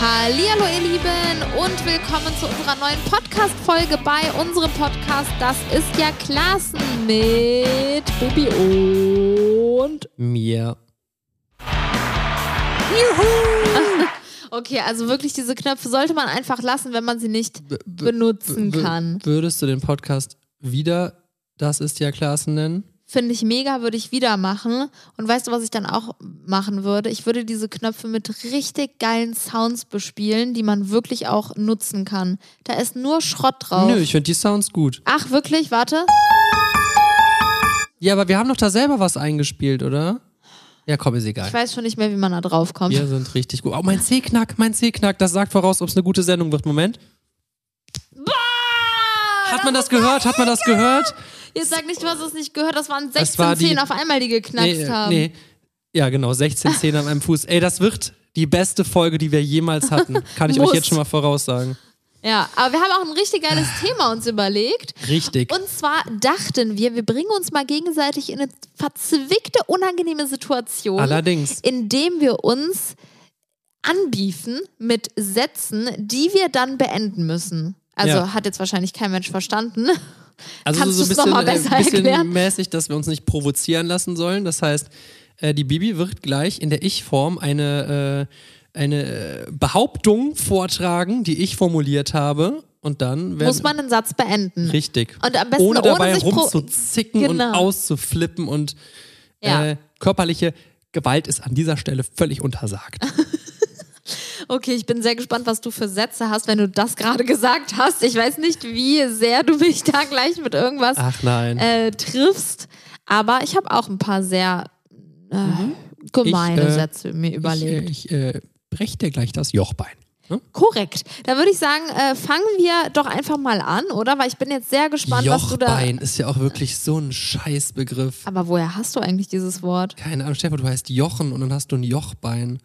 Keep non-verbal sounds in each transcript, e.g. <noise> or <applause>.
Hallihallo ihr Lieben und willkommen zu unserer neuen Podcast-Folge bei unserem Podcast Das ist ja Klassen mit Bubi und Mir. Juhu! okay, also wirklich diese Knöpfe sollte man einfach lassen, wenn man sie nicht benutzen kann. Würdest du den Podcast wieder Das ist ja Klassen nennen? Finde ich mega, würde ich wieder machen. Und weißt du, was ich dann auch machen würde? Ich würde diese Knöpfe mit richtig geilen Sounds bespielen, die man wirklich auch nutzen kann. Da ist nur Schrott drauf. Nö, ich finde die Sounds gut. Ach, wirklich? Warte. Ja, aber wir haben doch da selber was eingespielt, oder? Ja, komm, ist egal. Ich weiß schon nicht mehr, wie man da drauf kommt. Wir sind richtig gut. Oh, mein C-Knack, mein C-Knack, das sagt voraus, ob es eine gute Sendung wird. Moment. Hat man das gehört? Hat man das gehört? Jetzt sag nicht, du hast es nicht gehört. Das waren 16 Das war die- Zehen auf einmal, die geknackst haben. äh, Ja, genau, 16 Zehen an einem Fuß. Ey, das wird die beste Folge, die wir jemals hatten. Kann ich euch Muss. jetzt schon mal voraussagen. Ja, aber wir haben auch ein richtig geiles Ah. Thema uns überlegt. Richtig. Und zwar dachten wir, wir bringen uns mal gegenseitig in eine verzwickte, unangenehme Situation. Allerdings. Indem wir uns anbiefen mit Sätzen, die wir dann beenden müssen. Also Ja. hat jetzt wahrscheinlich kein Mensch <laughs> verstanden. Also Kannst so ein du's noch bisschen, mal äh, besser bisschen erklären? mäßig, dass wir uns nicht provozieren lassen sollen. Das heißt, äh, die Bibi wird gleich in der Ich-Form eine, äh, eine äh, Behauptung vortragen, die ich formuliert habe. Und dann werden Muss man den Satz beenden. richtig. Und am besten ohne ohne dabei sich pro- rumzuzicken und Genau. auszuflippen und Ja. äh, körperliche Gewalt ist an dieser Stelle völlig <laughs> untersagt. Okay, ich bin sehr gespannt, was du für Sätze hast, wenn du das gerade <laughs> gesagt hast. Ich weiß nicht, wie sehr du mich da gleich mit irgendwas Ach nein. äh, triffst, aber ich habe auch ein paar sehr äh, gemeine Ich, äh, Sätze mir überlegt. Ich, äh, ich äh, brech dir gleich das Jochbein. Ne? Korrekt. Da würde ich sagen, äh, fangen wir doch einfach mal an, oder? Weil ich bin jetzt sehr gespannt, was du da. Jochbein ist ja auch wirklich so ein Scheißbegriff. Aber woher hast du eigentlich dieses Wort? Keine Ahnung, Stefan, du heißt Jochen und dann hast du ein Jochbein.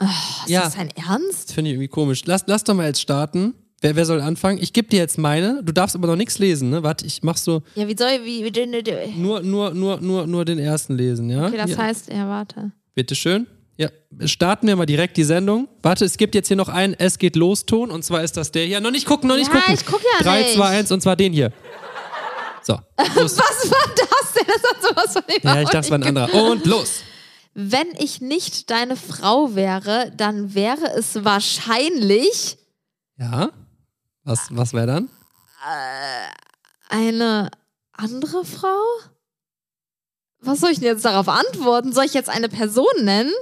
Ah, Ist halt ja, das das dein Ernst? finde ich irgendwie komisch. Lass, lass doch mal jetzt starten. Wer, wer soll anfangen? Ich gebe dir jetzt meine. Du darfst aber noch nichts lesen, ne? Warte, ich mach so Ja, wie soll ich. Wie, wie, wie, wie. nur, nur, nur, nur, nur den ersten lesen, ja? Okay, halt. das ja. heißt, ja, warte. Bitteschön. Ja, starten wir mal direkt die Sendung. Warte, es gibt jetzt hier noch einen Es geht los Ton und zwar ist das der hier. Noch nicht gucken, noch nicht Ja, gucken. ich guck ja 3, nicht. 2, 1 und zwar den hier. <laughs> So, Was los. war das denn? Das hat sowas von dem ja, ich auch dachte, es war ein nicht anderer. Und los. Wenn ich nicht deine Frau wäre, dann wäre es wahrscheinlich Ja, was, was wäre dann? eine andere Frau? Was soll ich denn jetzt darauf antworten? Soll ich jetzt eine Person nennen?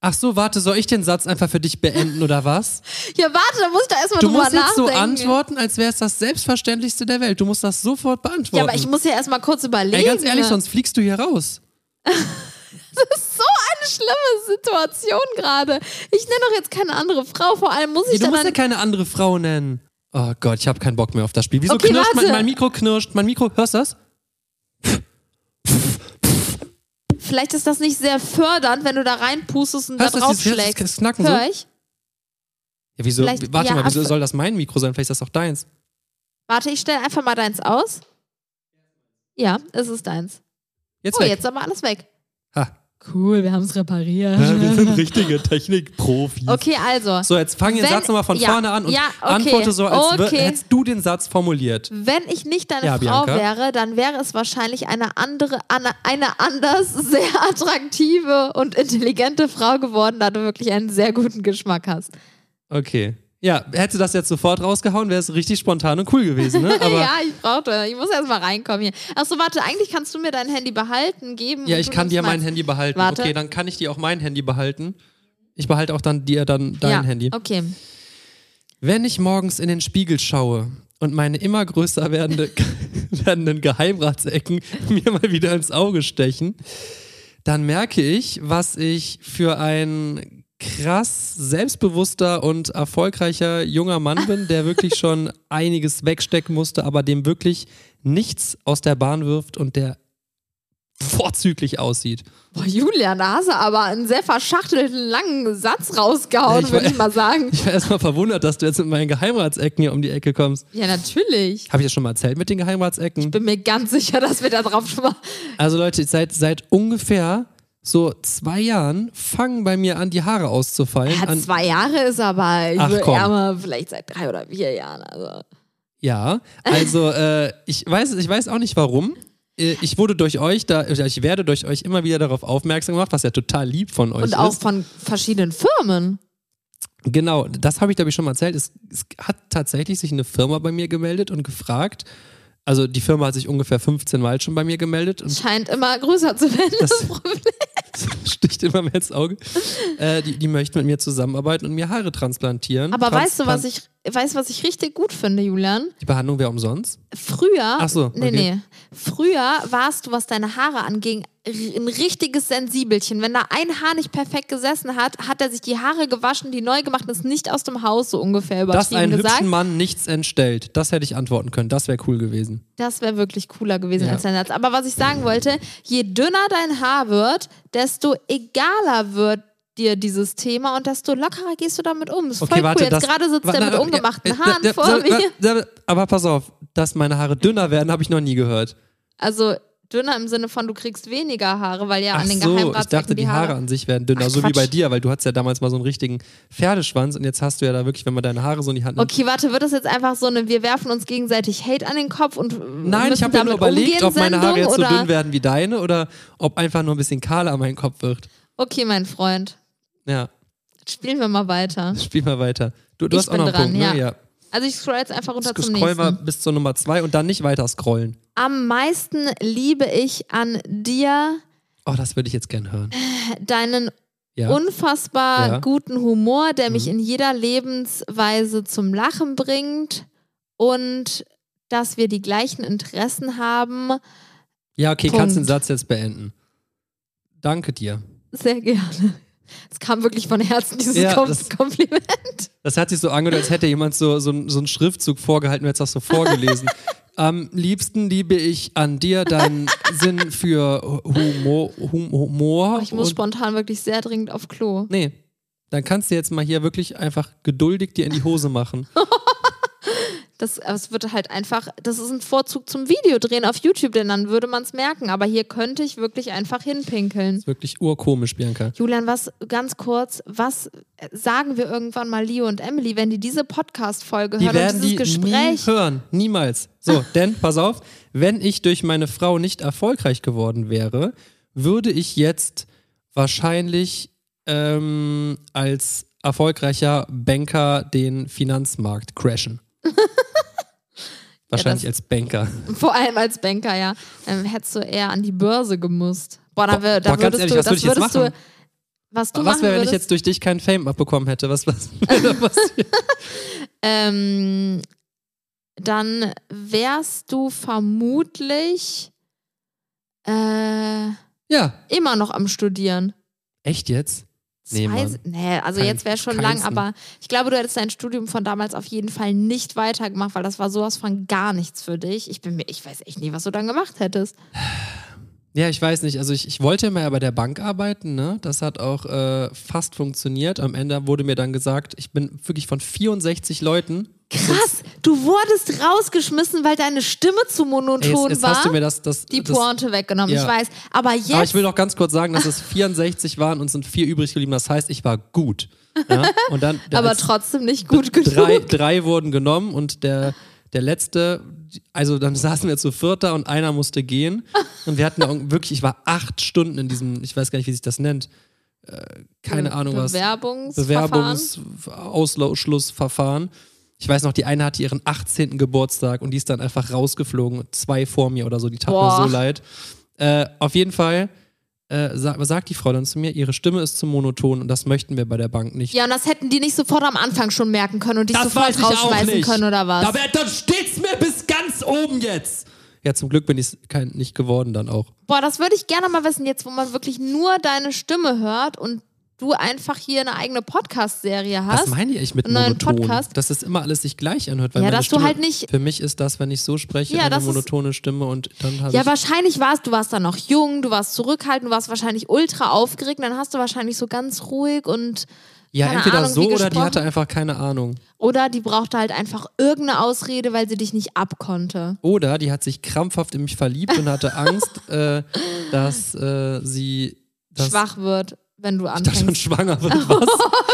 Ach so, warte, soll ich den Satz einfach für dich beenden <laughs> oder was? Ja, warte, da muss ich da erstmal Du drüber musst jetzt so nachdenken. antworten, als wäre es das Selbstverständlichste der Welt. Du musst das sofort beantworten. Ja, aber ich muss ja erstmal kurz überlegen. Ey, ganz ehrlich, sonst fliegst du hier raus. Das ist so eine schlimme Situation gerade. Ich nenne doch jetzt keine andere Frau. Vor allem muss ich Nee, du dann. musst ja keine andere Frau nennen. Oh Gott, ich habe keinen Bock mehr auf das Spiel. Wieso Okay, knirscht warte. mein, mein Mikro knirscht? Mein Mikro, hörst du das? vielleicht ist das nicht sehr fördernd, wenn du da reinpustest und Hörst da du das, dieses- draufschlägst. dieses Knacken so? Hör ich? Ja, wieso? Vielleicht- Warte ja, mal, wieso ab- soll das mein Mikro sein? Vielleicht ist das auch deins. Warte, ich stelle einfach mal deins aus. Ja, es ist deins. Jetzt Oh, weg. jetzt aber alles weg. Ha. Cool, wir haben es repariert. <laughs> sind richtige Technikprofis. Okay, also, So, jetzt fang den Wenn- Satz nochmal von ja, vorne an und ja, okay, antworte so, als wär- okay. hättest du den Satz formuliert. wenn ich nicht deine Ja, Frau Bianca? wäre, dann wäre es wahrscheinlich eine andere, eine, eine anders <laughs> sehr attraktive und intelligente Frau geworden, da du wirklich einen sehr guten Geschmack hast. <laughs> Okay. Ja, hätte das jetzt sofort rausgehauen, wäre es richtig spontan und cool gewesen, ne? <laughs> Aber ja, ich brauchte, ich muss erst mal reinkommen hier. Achso, warte, eigentlich kannst du mir dein Handy behalten, geben. ja, und ich du kann nimmst dir mein meins. Handy behalten. Warte. Okay, dann kann ich dir auch mein Handy behalten. Ich behalte auch dann dir dann dein ja, Handy. Okay. Wenn ich morgens in den Spiegel schaue und meine immer größer werdende, <laughs> werdenden Geheimratsecken mir mal wieder ins Auge stechen, dann merke ich, was ich für ein krass selbstbewusster und erfolgreicher junger Mann bin, der wirklich schon einiges wegstecken musste, aber dem wirklich nichts aus der Bahn wirft und der vorzüglich aussieht. Boah, Julian, da hast du aber einen sehr verschachtelten langen Satz rausgehauen, Ja, ich würde weiß- ich mal sagen. Ich war erstmal verwundert, dass du jetzt mit meinen Geheimratsecken hier um die Ecke kommst. Ja, natürlich. Habe ich das schon mal erzählt mit den Geheimratsecken? Bin mir ganz sicher, dass wir da drauf schon mal. Also Leute, seit, seit ungefähr so zwei Jahren fangen bei mir an, die Haare auszufallen. Ja, an, zwei Jahre ist aber, ich Ach, würde komm. eher mal vielleicht seit drei oder vier Jahren. Also. Ja, also äh, ich, weiß, ich weiß auch nicht warum. Äh, Ich wurde durch euch, da, äh, ich werde durch euch immer wieder darauf aufmerksam gemacht, was ja total lieb von euch Und auch ist. von verschiedenen Firmen. Genau, das habe ich, glaube ich, schon mal erzählt. Es, es hat tatsächlich sich eine Firma bei mir gemeldet und gefragt. Also die Firma hat sich ungefähr 15 Mal schon bei mir gemeldet und <laughs> Scheint immer größer zu werden, das, <laughs> Das- Problem. sticht immer mehr ins Auge. Äh, die, die möchten mit mir zusammenarbeiten und mir Haare transplantieren. Aber Trans- weißt du, was ich, weißt, du, was ich richtig gut finde, Julian? Die Behandlung wäre umsonst. Früher, Ach so, nee, okay. nee. Früher warst du, was deine Haare anging, r- ein richtiges Sensibelchen. Wenn da ein Haar nicht perfekt gesessen hat, hat er sich die Haare gewaschen, die neu gemacht und ist nicht aus dem Haus, so ungefähr Dass übertrieben einem gesagt. hübschen Mann nichts entstellt. Das hätte ich antworten können. Das wäre cool gewesen. Das wäre wirklich cooler gewesen Ja. als dein Satz. Aber was ich sagen wollte, je dünner dein Haar wird, desto egaler wird dir dieses Thema und desto lockerer gehst du damit um. Ist voll cool. Jetzt das- gerade sitzt wa- er na, mit ja, ungemachten äh, Haaren da- da- vor da- mir. da- da- Aber pass auf, dass meine Haare dünner werden, habe ich noch nie gehört. Also dünner im Sinne von, du kriegst weniger Haare, weil ja Ach an den so, ich Geheimratsecken dachte, die Haare an sich werden dünner, Ach, so wie Quatsch. bei dir, weil du hattest ja damals mal so einen richtigen Pferdeschwanz und jetzt hast du ja da wirklich, wenn man deine Haare so in die Hand nimmt. Okay, warte, wird das jetzt einfach so eine, wir werfen uns gegenseitig Hate an den Kopf und äh, Nein, ich müssen habe mir nur damit überlegt, umgehen, ob meine Haare Sendung, jetzt so oder? dünn werden wie deine oder ob einfach nur ein bisschen kahler an meinem Kopf wird. Okay, mein Freund, Ja, spielen wir mal weiter. spiel mal weiter. Du, du Ich hast auch bin noch einen dran, Punkt, ja. ne? Ja. Also ich scroll jetzt einfach runter zum Scroll nächsten. mal bis zur Nummer zwei und dann nicht weiter scrollen. Am meisten liebe ich an dir Oh, das würde ich jetzt gern hören. deinen Ja. unfassbar Ja. guten Humor, der mich Mhm. in jeder Lebensweise zum Lachen bringt und dass wir die gleichen Interessen haben. Ja, okay, kannst den Punkt. Satz jetzt beenden. Danke dir. Sehr gerne. Es kam wirklich von Herzen, dieses Ja, Kom das- Kompliment. Das hat sich so angehört, als hätte jemand so, so, einen- so einen Schriftzug vorgehalten und jetzt das so <laughs> vorgelesen. Am liebsten liebe ich an dir deinen Sinn für Humor. Hum Humor Ich muss und- spontan wirklich sehr dringend auf Klo. Nee. Dann kannst du jetzt mal hier wirklich einfach geduldig dir in die <laughs> Hose machen. Das, aber es wird halt einfach, das ist ein Vorzug zum Videodrehen auf YouTube, denn dann würde man es merken. Aber hier könnte ich wirklich einfach hinpinkeln. ist wirklich urkomisch, Bianca. Julian, was ganz kurz, was äh, sagen wir irgendwann mal Leo und Emily, wenn die diese Podcast-Folge Die hören werden und dieses die Gespräch? <laughs> Ah. nie hören. Niemals. So, denn, pass auf, wenn ich durch meine Frau nicht erfolgreich geworden wäre, würde ich jetzt wahrscheinlich ähm, als erfolgreicher Banker den <laughs> Finanzmarkt crashen. wahrscheinlich das- als Banker. Vor allem als Banker, ja. Ähm, hättest du eher an die Börse gemusst. Boah, da, wär, da Boah, ganz würdest ehrlich, du, was würd das ich jetzt würdest du. machen? Was du Aber was machen wäre, wenn würdest, ich jetzt durch dich kein Fame abbekommen hätte? Was, was <laughs> wäre da passiert? ähm, dann wärst du vermutlich äh, ja, immer noch am Studieren. echt jetzt? Nee, Zwei- Mann. nee also Kein- jetzt wäre schon keinen lang, Sinn. aber ich glaube, du hättest dein Studium von damals auf jeden Fall nicht weitergemacht, weil das war sowas von gar nichts für dich. Ich bin mir, ich weiß echt nie, was du dann gemacht hättest. Ja, ich weiß nicht. Also ich, ich wollte mal ja bei der Bank arbeiten, ne? Das hat auch äh, fast funktioniert. Am Ende wurde mir dann gesagt, ich bin wirklich von 64 Leuten. Krass, du wurdest rausgeschmissen, weil deine Stimme zu Ey, jetzt, monoton jetzt hast du war. mir das. das, Die das Pointe weggenommen, Ja. ich weiß. Aber jetzt, aber ich will noch ganz kurz sagen, dass es 64 waren und sind vier übrig geblieben. Das heißt, ich war gut. Ja? Und dann da aber als trotzdem nicht gut genug. drei, drei wurden genommen und der, der letzte, also dann saßen wir zu vierter und einer musste gehen. Und wir hatten da irgend- wirklich, ich war acht Stunden in diesem, ich weiß gar nicht, wie sich das nennt. Äh, keine Ahnung was. Bewerbungsverfahren. Bewerbungsausschlussverfahren. Ich weiß noch, die eine hatte ihren 18. Geburtstag und die ist dann einfach rausgeflogen. Zwei vor mir oder so, die tat Boah. mir so leid. Äh, auf jeden Fall äh, sa sagt die Frau dann zu mir, ihre Stimme ist zu monoton und das möchten wir bei der Bank nicht. Ja, und das hätten die nicht sofort am Anfang schon merken können und dich sofort rausschmeißen können oder was? Aber dann steht's mir bis ganz oben jetzt. Ja, zum Glück bin ich nicht geworden dann auch. Boah, das würde ich gerne mal wissen, jetzt wo man wirklich nur deine Stimme hört und du einfach hier eine eigene Podcast-Serie hast. Das meine ich mit Neuen monoton. Podcast? Dass es immer alles sich gleich anhört. Weil Ja, meine dass du Stimme, halt nicht- Für mich ist das, wenn ich so spreche, Ja, eine das ist- monotone Stimme und dann habe ja, ich. wahrscheinlich warst du warst dann noch jung, du warst zurückhaltend, du warst wahrscheinlich ultra aufgeregt, und dann hast du wahrscheinlich so ganz ruhig und ja, keine entweder Ahnung, so wie oder die gesprochen. hatte einfach keine Ahnung. oder die brauchte halt einfach irgendeine Ausrede, weil sie dich nicht abkonnte. <laughs> Oder die hat sich krampfhaft in mich verliebt und hatte Angst, äh, dass äh, sie. Das- schwach wird, wenn du Ich dachte schon anfängst. <laughs> schwanger wird was.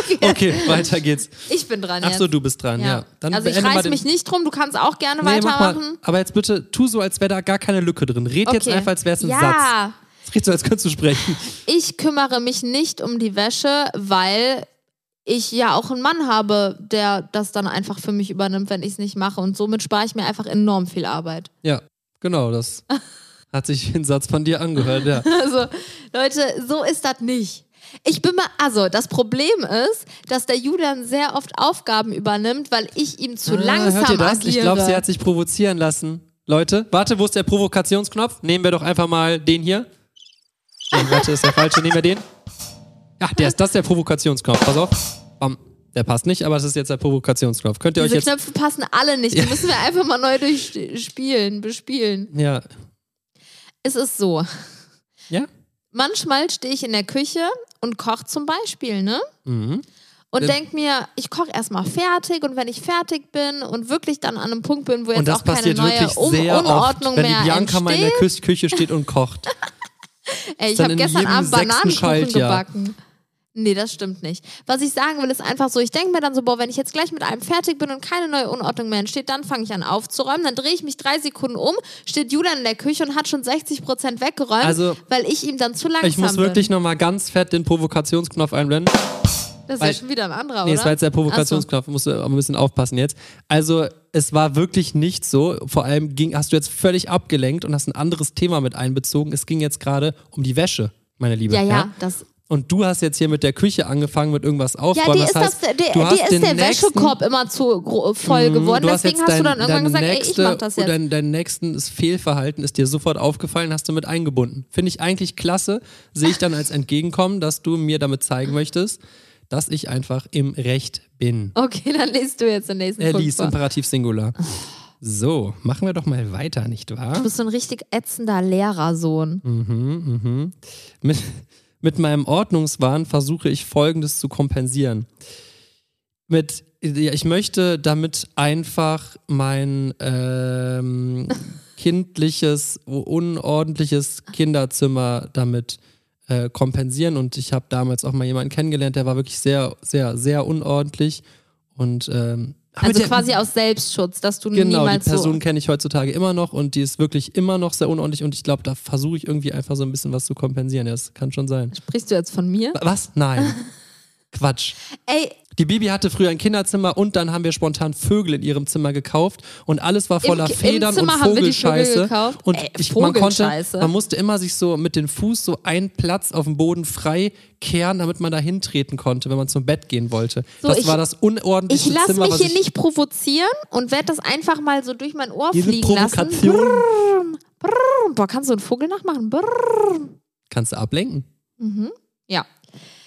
Okay. Okay, weiter geht's. Ich bin dran Ach jetzt. so, du bist dran, ja. Dann also ich beende mal reiß den- mich nicht drum, du kannst auch gerne Nee, mach mal. weitermachen. Aber jetzt bitte, tu so, als wäre da gar keine Lücke drin. Red jetzt Okay. einfach, als wäre es ein Satz. ja, Red so, als könntest du sprechen. ich kümmere mich nicht um die Wäsche, weil ich ja auch einen Mann habe, der das dann einfach für mich übernimmt, wenn ich es nicht mache. Und somit spare ich mir einfach enorm viel Arbeit. <laughs> Ja, genau, das hat sich wie ein Satz von dir angehört, ja. Also, Leute, so ist das nicht. Ich bin mal, also das Problem ist, dass der Julian sehr oft Aufgaben übernimmt, weil ich ihm zu langsam Ah, Hört ihr das? agiere. Ich glaube, sie hat sich provozieren lassen. Leute, warte, wo ist der Provokationsknopf? Nehmen wir doch einfach mal den hier. Den, warte, ist der falsche. Nehmen wir den. Ach, der ist das ist der Provokationsknopf. Pass auf. Bam. Der passt nicht, aber es ist jetzt der Provokationsknopf. Könnt ihr euch Diese jetzt. Knöpfe passen alle nicht. Die müssen wir einfach mal neu durchspielen, bespielen. Ja. Es ist so. Ja? Manchmal stehe ich in der Küche und koche zum Beispiel, ne? Mhm. Und Ähm. denke mir, ich koche erstmal fertig und wenn ich fertig bin und wirklich dann an einem Punkt bin, wo jetzt Und das auch keine passiert neue wirklich um sehr Unordnung oft, wenn mehr die Bianca mal in der entsteht. Kü Küche <laughs> steht und kocht. Ey, ich dann habe in gestern jedem Abend sechsten Bananenkuchen Schaltjahr. gebacken. Nee, das stimmt nicht. Was ich sagen will, ist einfach so, ich denke mir dann so, boah, wenn ich jetzt gleich mit allem fertig bin und keine neue Unordnung mehr entsteht, dann fange ich an aufzuräumen, dann drehe ich mich drei Sekunden um, steht Julian in der Küche und hat schon 60 Prozent weggeräumt, Also, weil ich ihm dann zu langsam Ich muss bin. wirklich nochmal ganz fett den Provokationsknopf einblenden. das ist weil- ja schon wieder ein anderer, Nee, oder? es war jetzt der Ach Provokationsknopf, musst du aber ein bisschen aufpassen jetzt. Also, es war wirklich nicht so. Vor allem ging, hast du jetzt völlig abgelenkt und hast ein anderes Thema mit einbezogen. Es ging jetzt gerade um die Wäsche, meine Liebe. So. Ja, ja, das... Und du hast jetzt hier mit der Küche angefangen, mit irgendwas Ja, aufräumen. dir ist, das heißt, das, der, du hast dir den ist der nächsten, Mhm, Wäschekorb immer zu gro- voll geworden, Du hast deswegen jetzt hast du dein- dann irgendwann gesagt, deine ey, ich mach nächste- oh, das jetzt. Dein, dein nächstes Fehlverhalten ist dir sofort aufgefallen, hast du mit eingebunden. Finde ich eigentlich klasse. Sehe ich dann als Entgegenkommen, dass du mir damit zeigen möchtest, dass ich einfach im Recht bin. Okay, dann liest du jetzt den nächsten Er Punkt liest vor. Äh, Imperativ Singular. So, machen wir doch mal weiter, nicht wahr? Du bist so ein richtig ätzender Lehrersohn. Mhm. Mit, mit meinem Ordnungswahn versuche ich Folgendes zu kompensieren. Mit, ja, ich möchte damit einfach mein <laughs> ähm, kindliches, unordentliches Kinderzimmer damit äh, kompensieren. Und ich habe damals auch mal jemanden kennengelernt, der war wirklich sehr, sehr, sehr unordentlich. Und ähm, aber Also der- quasi aus Selbstschutz, dass du Genau, die niemals Person so. kenne ich heutzutage immer noch und die ist wirklich immer noch sehr unordentlich und ich glaube, da versuche ich irgendwie einfach so ein bisschen was zu kompensieren. Ja, Das kann schon sein. Sprichst du jetzt von mir? Was? <laughs> Nein. Quatsch. Ey, Die Bibi hatte früher ein Kinderzimmer und dann haben wir spontan Vögel in ihrem Zimmer gekauft und alles war voller Ki- im Federn Zimmer und haben wir die Vogelscheiße. Vögel gekauft? Und Ey, ich, man konnte, Vogelscheiße. man musste immer sich so mit dem Fuß so einen Platz auf dem Boden frei kehren, damit man da hintreten konnte, wenn man zum Bett gehen wollte. So, das ich- war das ich unordentlichste lasse Zimmer, mich was hier ich nicht provozieren und werde das einfach mal so durch mein Ohr diese fliegen lassen. Provokation. Brrr, boah, kannst du einen Vogel nachmachen? Brrr. Mhm. Kannst du ablenken? Ja.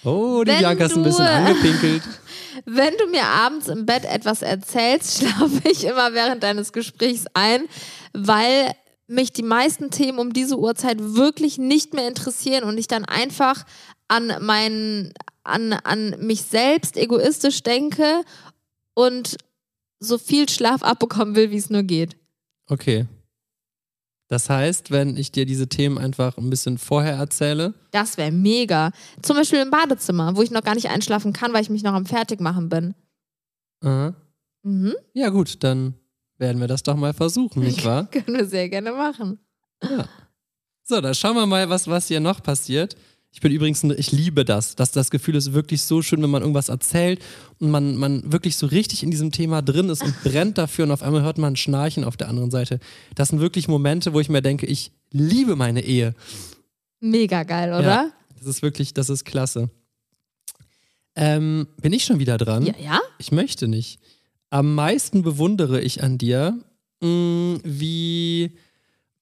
Oh, die Wenn Bianca ist ein du- äh, bisschen angepinkelt. Wenn du mir abends im Bett etwas erzählst, <laughs> schlafe ich immer während deines Gesprächs ein, weil mich die meisten Themen um diese Uhrzeit wirklich nicht mehr interessieren und ich dann einfach an meinen, an, an mich selbst egoistisch denke und so viel Schlaf abbekommen will, wie es nur geht. Okay. Das heißt, wenn ich dir diese Themen einfach ein bisschen vorher erzähle, Das wäre mega. Zum Beispiel im Badezimmer, wo ich noch gar nicht einschlafen kann, weil ich mich noch am Fertigmachen bin. aha, Mhm. <laughs> ja gut, dann werden wir das doch mal versuchen, nicht wahr? Können wir sehr gerne machen. So, dann schauen wir mal, was, was hier noch passiert. Ich bin übrigens, ein- ich liebe das. das. Das Gefühl ist wirklich so schön, wenn man irgendwas erzählt und man, man wirklich so richtig in diesem Thema drin ist und brennt dafür und auf einmal hört man ein Schnarchen auf der anderen Seite. Das sind wirklich Momente, wo ich mir denke, ich liebe meine Ehe. Mega geil, oder? Ja, das ist wirklich, das ist klasse. Ähm, bin ich schon wieder dran? Ja, ja? Ich möchte nicht. Am meisten bewundere ich an dir, mh, wie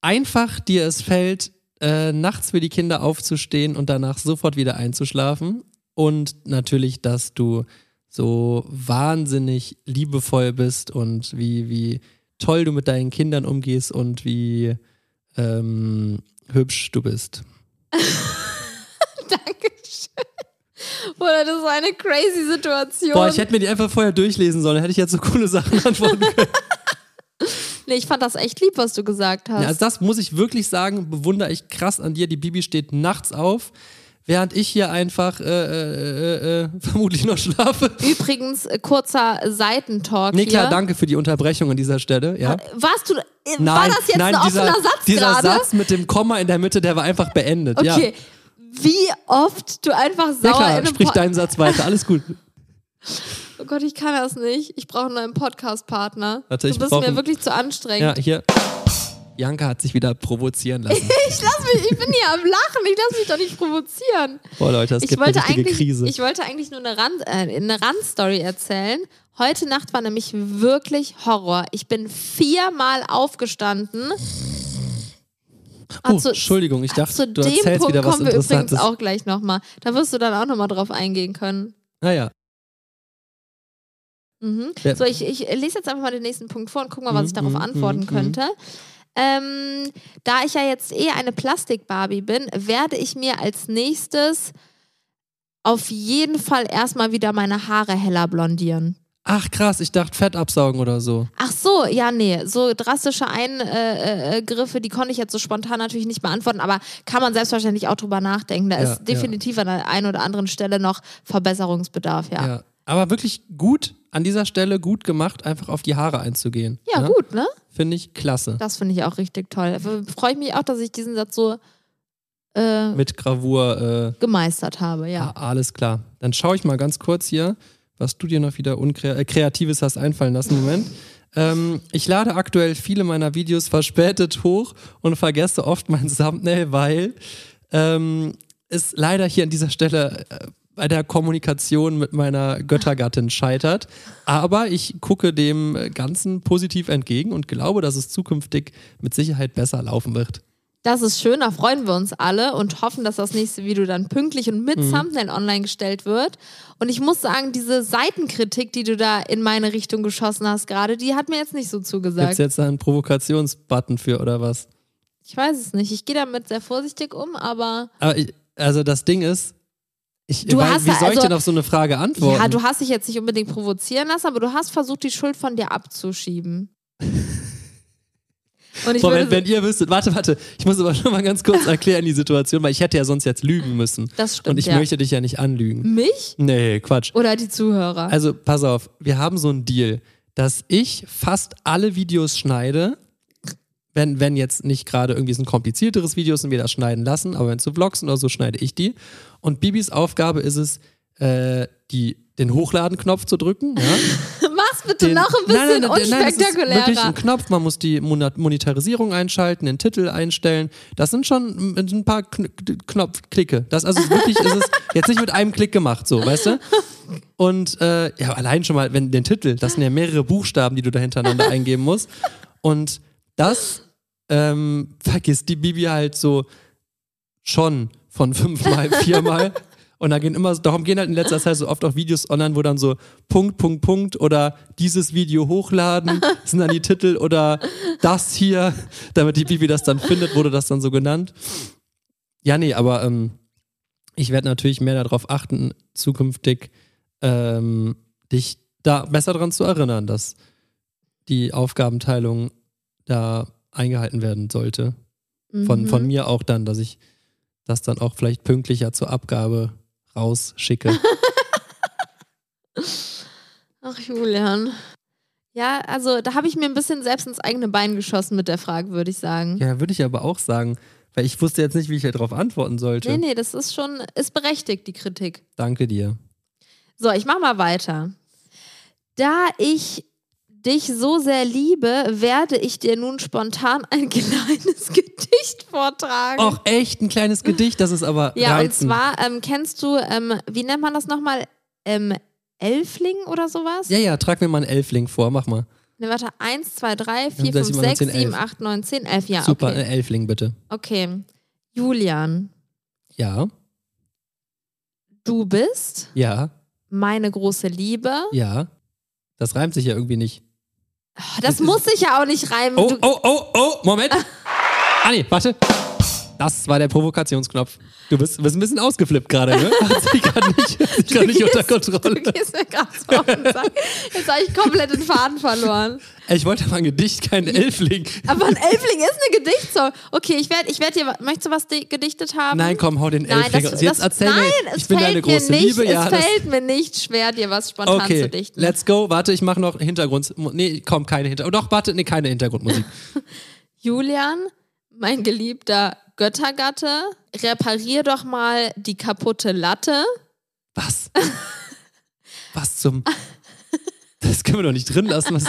einfach dir es fällt, äh, nachts für die Kinder aufzustehen und danach sofort wieder einzuschlafen. Und natürlich, dass du so wahnsinnig liebevoll bist und wie, wie toll du mit deinen Kindern umgehst und wie ähm, hübsch du bist. Dankeschön. Oder das war eine crazy Situation. Boah, ich hätte mir die einfach vorher durchlesen sollen, hätte ich jetzt so coole Sachen <laughs> antworten können. nee, ich fand das echt lieb, was du gesagt hast. Also Ja, also das muss ich wirklich sagen, bewundere ich krass an dir. Die Bibi steht nachts auf, während ich hier einfach äh, äh, <laughs> äh, äh, vermutlich noch schlafe. Übrigens, äh, kurzer Seitentalk Nee, klar, hier. danke für die Unterbrechung an dieser Stelle. Ja. Warst du, äh, Nein, war das jetzt nein, ein dieser, offener Satz Dieser gerade? Satz mit dem Komma in der Mitte, der war einfach beendet. Ja, Okay. Wie oft du einfach ja sauer in klar, einem sprich Podcast. deinen Satz weiter, alles gut. Oh Gott, ich kann das nicht. Ich brauche einen neuen Podcast-Partner. Warte, ich du bist brauch mir einen- wirklich zu anstrengend. <laughs> Ja, hier. Janka hat sich wieder provozieren <laughs> lassen. <laughs> Ich, lass mich, ich bin hier am Lachen. Ich lasse mich doch nicht provozieren. Boah, Leute, das Ich gibt eine wollte, richtige eigentlich, Krise. ich wollte eigentlich nur eine Rand- äh, eine Randstory erzählen. Heute Nacht war nämlich wirklich Horror. Ich bin viermal aufgestanden. Ah, Oh, zu- Entschuldigung, ich zu dachte, du dem erzählst Punkt wieder was kommen wir übrigens Interessantes. auch gleich nochmal. Da wirst du dann auch nochmal drauf eingehen können. Naja, Mhm. Ja. So, ich, ich lese jetzt einfach mal den nächsten Punkt vor und guck mal, was Mhm, ich darauf mhm, antworten mhm, könnte. Ähm, da ich ja jetzt eh eine Plastik-Barbie bin, werde ich mir als nächstes auf jeden Fall erstmal wieder meine Haare heller blondieren. ach krass, ich dachte Fett absaugen oder so. Ach so, ja, nee. So drastische Eingriffe, die konnte ich jetzt so spontan natürlich nicht beantworten, aber kann man selbstverständlich auch drüber nachdenken. Da Ja, ist definitiv an der einen oder anderen Stelle noch Verbesserungsbedarf, ja. Ja. Ja, Aber wirklich gut, an dieser Stelle gut gemacht, einfach auf die Haare einzugehen. ne? gut, ne? Finde ich klasse. Das finde ich auch richtig toll. F- Freue ich mich auch, dass ich diesen Satz so äh, Mit Gravur, äh, gemeistert habe, ja. ah, alles klar. Dann schaue ich mal ganz kurz hier, was du dir noch wieder unkre äh, Kreatives hast einfallen lassen. Moment. Ähm, ich lade aktuell viele meiner Videos verspätet hoch und vergesse oft mein Thumbnail, weil ähm, es leider hier an dieser Stelle äh, bei der Kommunikation mit meiner Göttergattin scheitert. Aber ich gucke dem Ganzen positiv entgegen und glaube, dass es zukünftig mit Sicherheit besser laufen wird. Das ist schön, da freuen wir uns alle und hoffen, dass das nächste Video dann pünktlich und Mhm. mit Thumbnail online gestellt wird. Und ich muss sagen, diese Seitenkritik, die du da in meine Richtung geschossen hast gerade, die hat mir jetzt nicht so Gibt es zugesagt. jetzt da einen Provokationsbutton für oder was? Ich weiß es nicht. Ich gehe damit sehr vorsichtig um, aber Aber ich, also das Ding ist, ich Du weiß, hast wie da soll ich also- denn auf so eine Frage antworten? ja, du hast dich jetzt nicht unbedingt provozieren lassen, aber du hast versucht, die Schuld von dir <laughs> abzuschieben. Und ich Moment, würde, wenn ihr wüsstet, warte, warte, ich muss aber <laughs> schon mal ganz kurz erklären die Situation, weil ich hätte ja sonst jetzt lügen müssen. das stimmt. Und ich ja. möchte dich ja nicht anlügen. mich Nee, Quatsch. oder die Zuhörer? Also pass auf, wir haben so einen Deal, dass ich fast alle Videos schneide, wenn, wenn jetzt nicht gerade irgendwie so ein komplizierteres Video ist und wir das schneiden lassen, aber wenn es so Vlogs sind oder so, schneide ich die. Und Bibis Aufgabe ist es, äh, die, den Hochladen-Knopf zu drücken. Ja? <laughs> Mach's bitte den- noch ein bisschen unspektakulärer. das ist wirklich ein Knopf. Man muss die Monat- Monetarisierung einschalten, den Titel einstellen. Das sind schon ein ein paar Kn Knopfklicke. Das also ist wirklich ist es jetzt nicht mit einem Klick gemacht, so, weißt du? Und äh, ja, allein schon mal, wenn den Titel, das sind ja mehrere Buchstaben, die du <laughs> da hintereinander eingeben musst. Und das ähm, vergisst die Bibi halt so schon von fünfmal, <laughs> viermal. Und da gehen immer, darum gehen halt in letzter Zeit so oft auch Videos online, wo dann so Punkt, Punkt, Punkt oder dieses Video hochladen, sind dann die Titel oder das hier, damit die Bibi das dann findet, wurde das dann so genannt. Ja, nee, aber ähm, ich werde natürlich mehr darauf achten, zukünftig ähm, dich da besser dran zu erinnern, dass die Aufgabenteilung da eingehalten werden sollte von, Mhm. von mir auch dann, dass ich das dann auch vielleicht pünktlicher zur Abgabe rausschicke. Ach, Julian. Ja, also da habe ich mir ein bisschen selbst ins eigene Bein geschossen mit der Frage, würde ich sagen. ja, würde ich aber auch sagen, weil ich wusste jetzt nicht, wie ich darauf antworten sollte. nee, nee, das ist schon, ist berechtigt, die Kritik. Danke dir. So, ich mach mal weiter. Da ich dich so sehr liebe, werde ich dir nun spontan ein <laughs> kleines Gedicht vortragen. Auch echt ein kleines Gedicht, das ist aber ja, reizend. und zwar ähm, kennst du, ähm, wie nennt man das nochmal? Ähm, Elfling oder sowas? ja, ja, trag mir mal einen Elfling vor, mach mal. Ne, warte, 1, 2, 3, 4, sechs, 5, sieben, acht, 6, 7, neun, zehn, 8, 9, 10, 11. Ja, Super, okay. ein Elfling bitte. Okay. Julian, Ja, du bist ja, meine große Liebe. ja. Das reimt sich ja irgendwie nicht. Oh, Das muss ich ja auch nicht reimen. Oh, Du, oh, oh, oh, Moment. Ah nee, warte. Das war der Provokationsknopf. Du bist, bist ein bisschen ausgeflippt gerade, <laughs> ne? Hat sich gerade nicht, hat sich grad nicht unter Kontrolle. Du <laughs> gehst mir ganz auf den Sack. Jetzt habe ich komplett den Faden verloren. Ey, Ich wollte mal ein Gedicht, kein Elfling. Aber ein Elfling ist eine Gedichtsorte. Okay, ich werde ich werd dir. Möchtest du was di- gedichtet haben? Nein, komm, hau den Nein, Elfling das- raus. Jetzt das- erzähl nein, mir, es ich bin fällt deine große mir nicht, Liebe. Ja, es das, fällt mir nicht schwer, dir was spontan zu okay, dichten. let's go. Warte, ich mache noch Hintergrund. Nee, komm, keine Hintergrund. Doch, warte, nee, <laughs> keine Hintergrundmusik. Julian, mein geliebter Göttergatte, reparier doch mal die kaputte Latte. Was? Was zum... Das können wir doch nicht drin lassen. Was,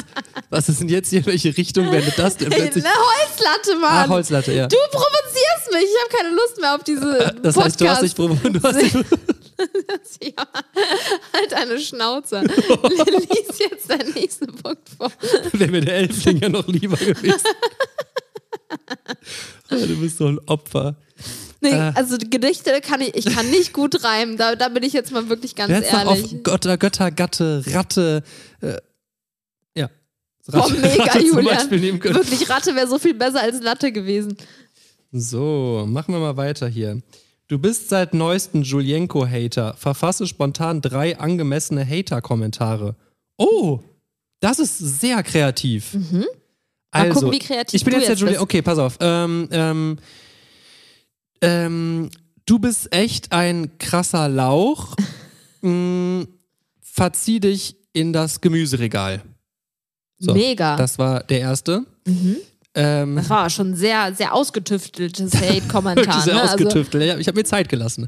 was ist denn jetzt hier? Welche Richtung wendet das denn Ey, plötzlich? eine Holzlatte, Mann. Ah, Holzlatte, ja. Du provozierst mich. Ich habe keine Lust mehr auf diese <laughs> Das heißt, du hast dich Podcast. provo- du hast dich <laughs> ja, <laughs> halt eine <laughs> Schnauze. Lies jetzt deinen nächsten Punkt vor. Wäre mir der Elfling ja noch lieber <laughs> gewesen. Ah, du bist so ein Opfer. Nee, Äh. also Gedichte kann ich, ich kann nicht gut reimen. Da, da bin ich jetzt mal wirklich ganz Du hättest noch auf ehrlich. Götter, Götter, Gatte, Ratte. Äh, ja. Boah, Oh, mega, zum Julian. Beispiel nehmen können. Wirklich, Ratte wäre so viel besser als Latte gewesen. So, machen wir mal weiter hier. Du bist seit neuestem Julienko-Hater. Verfasse spontan drei angemessene Hater-Kommentare. Oh, das ist sehr kreativ. Mhm. Mal Also, gucken, wie kreativ ich bin du jetzt der jetzt Juli. bist. Okay, pass auf. Ähm, ähm, ähm, du bist echt ein krasser <laughs> Lauch. mm, verzieh dich in das Gemüseregal. So, Mega. Das, Das war der erste. Mhm. Ähm, war schon sehr, sehr <laughs> ausgetüfteltes Hate-Kommentar. wirklich sehr ne? also, ausgetüftelt. Ja, ich habe mir Zeit gelassen.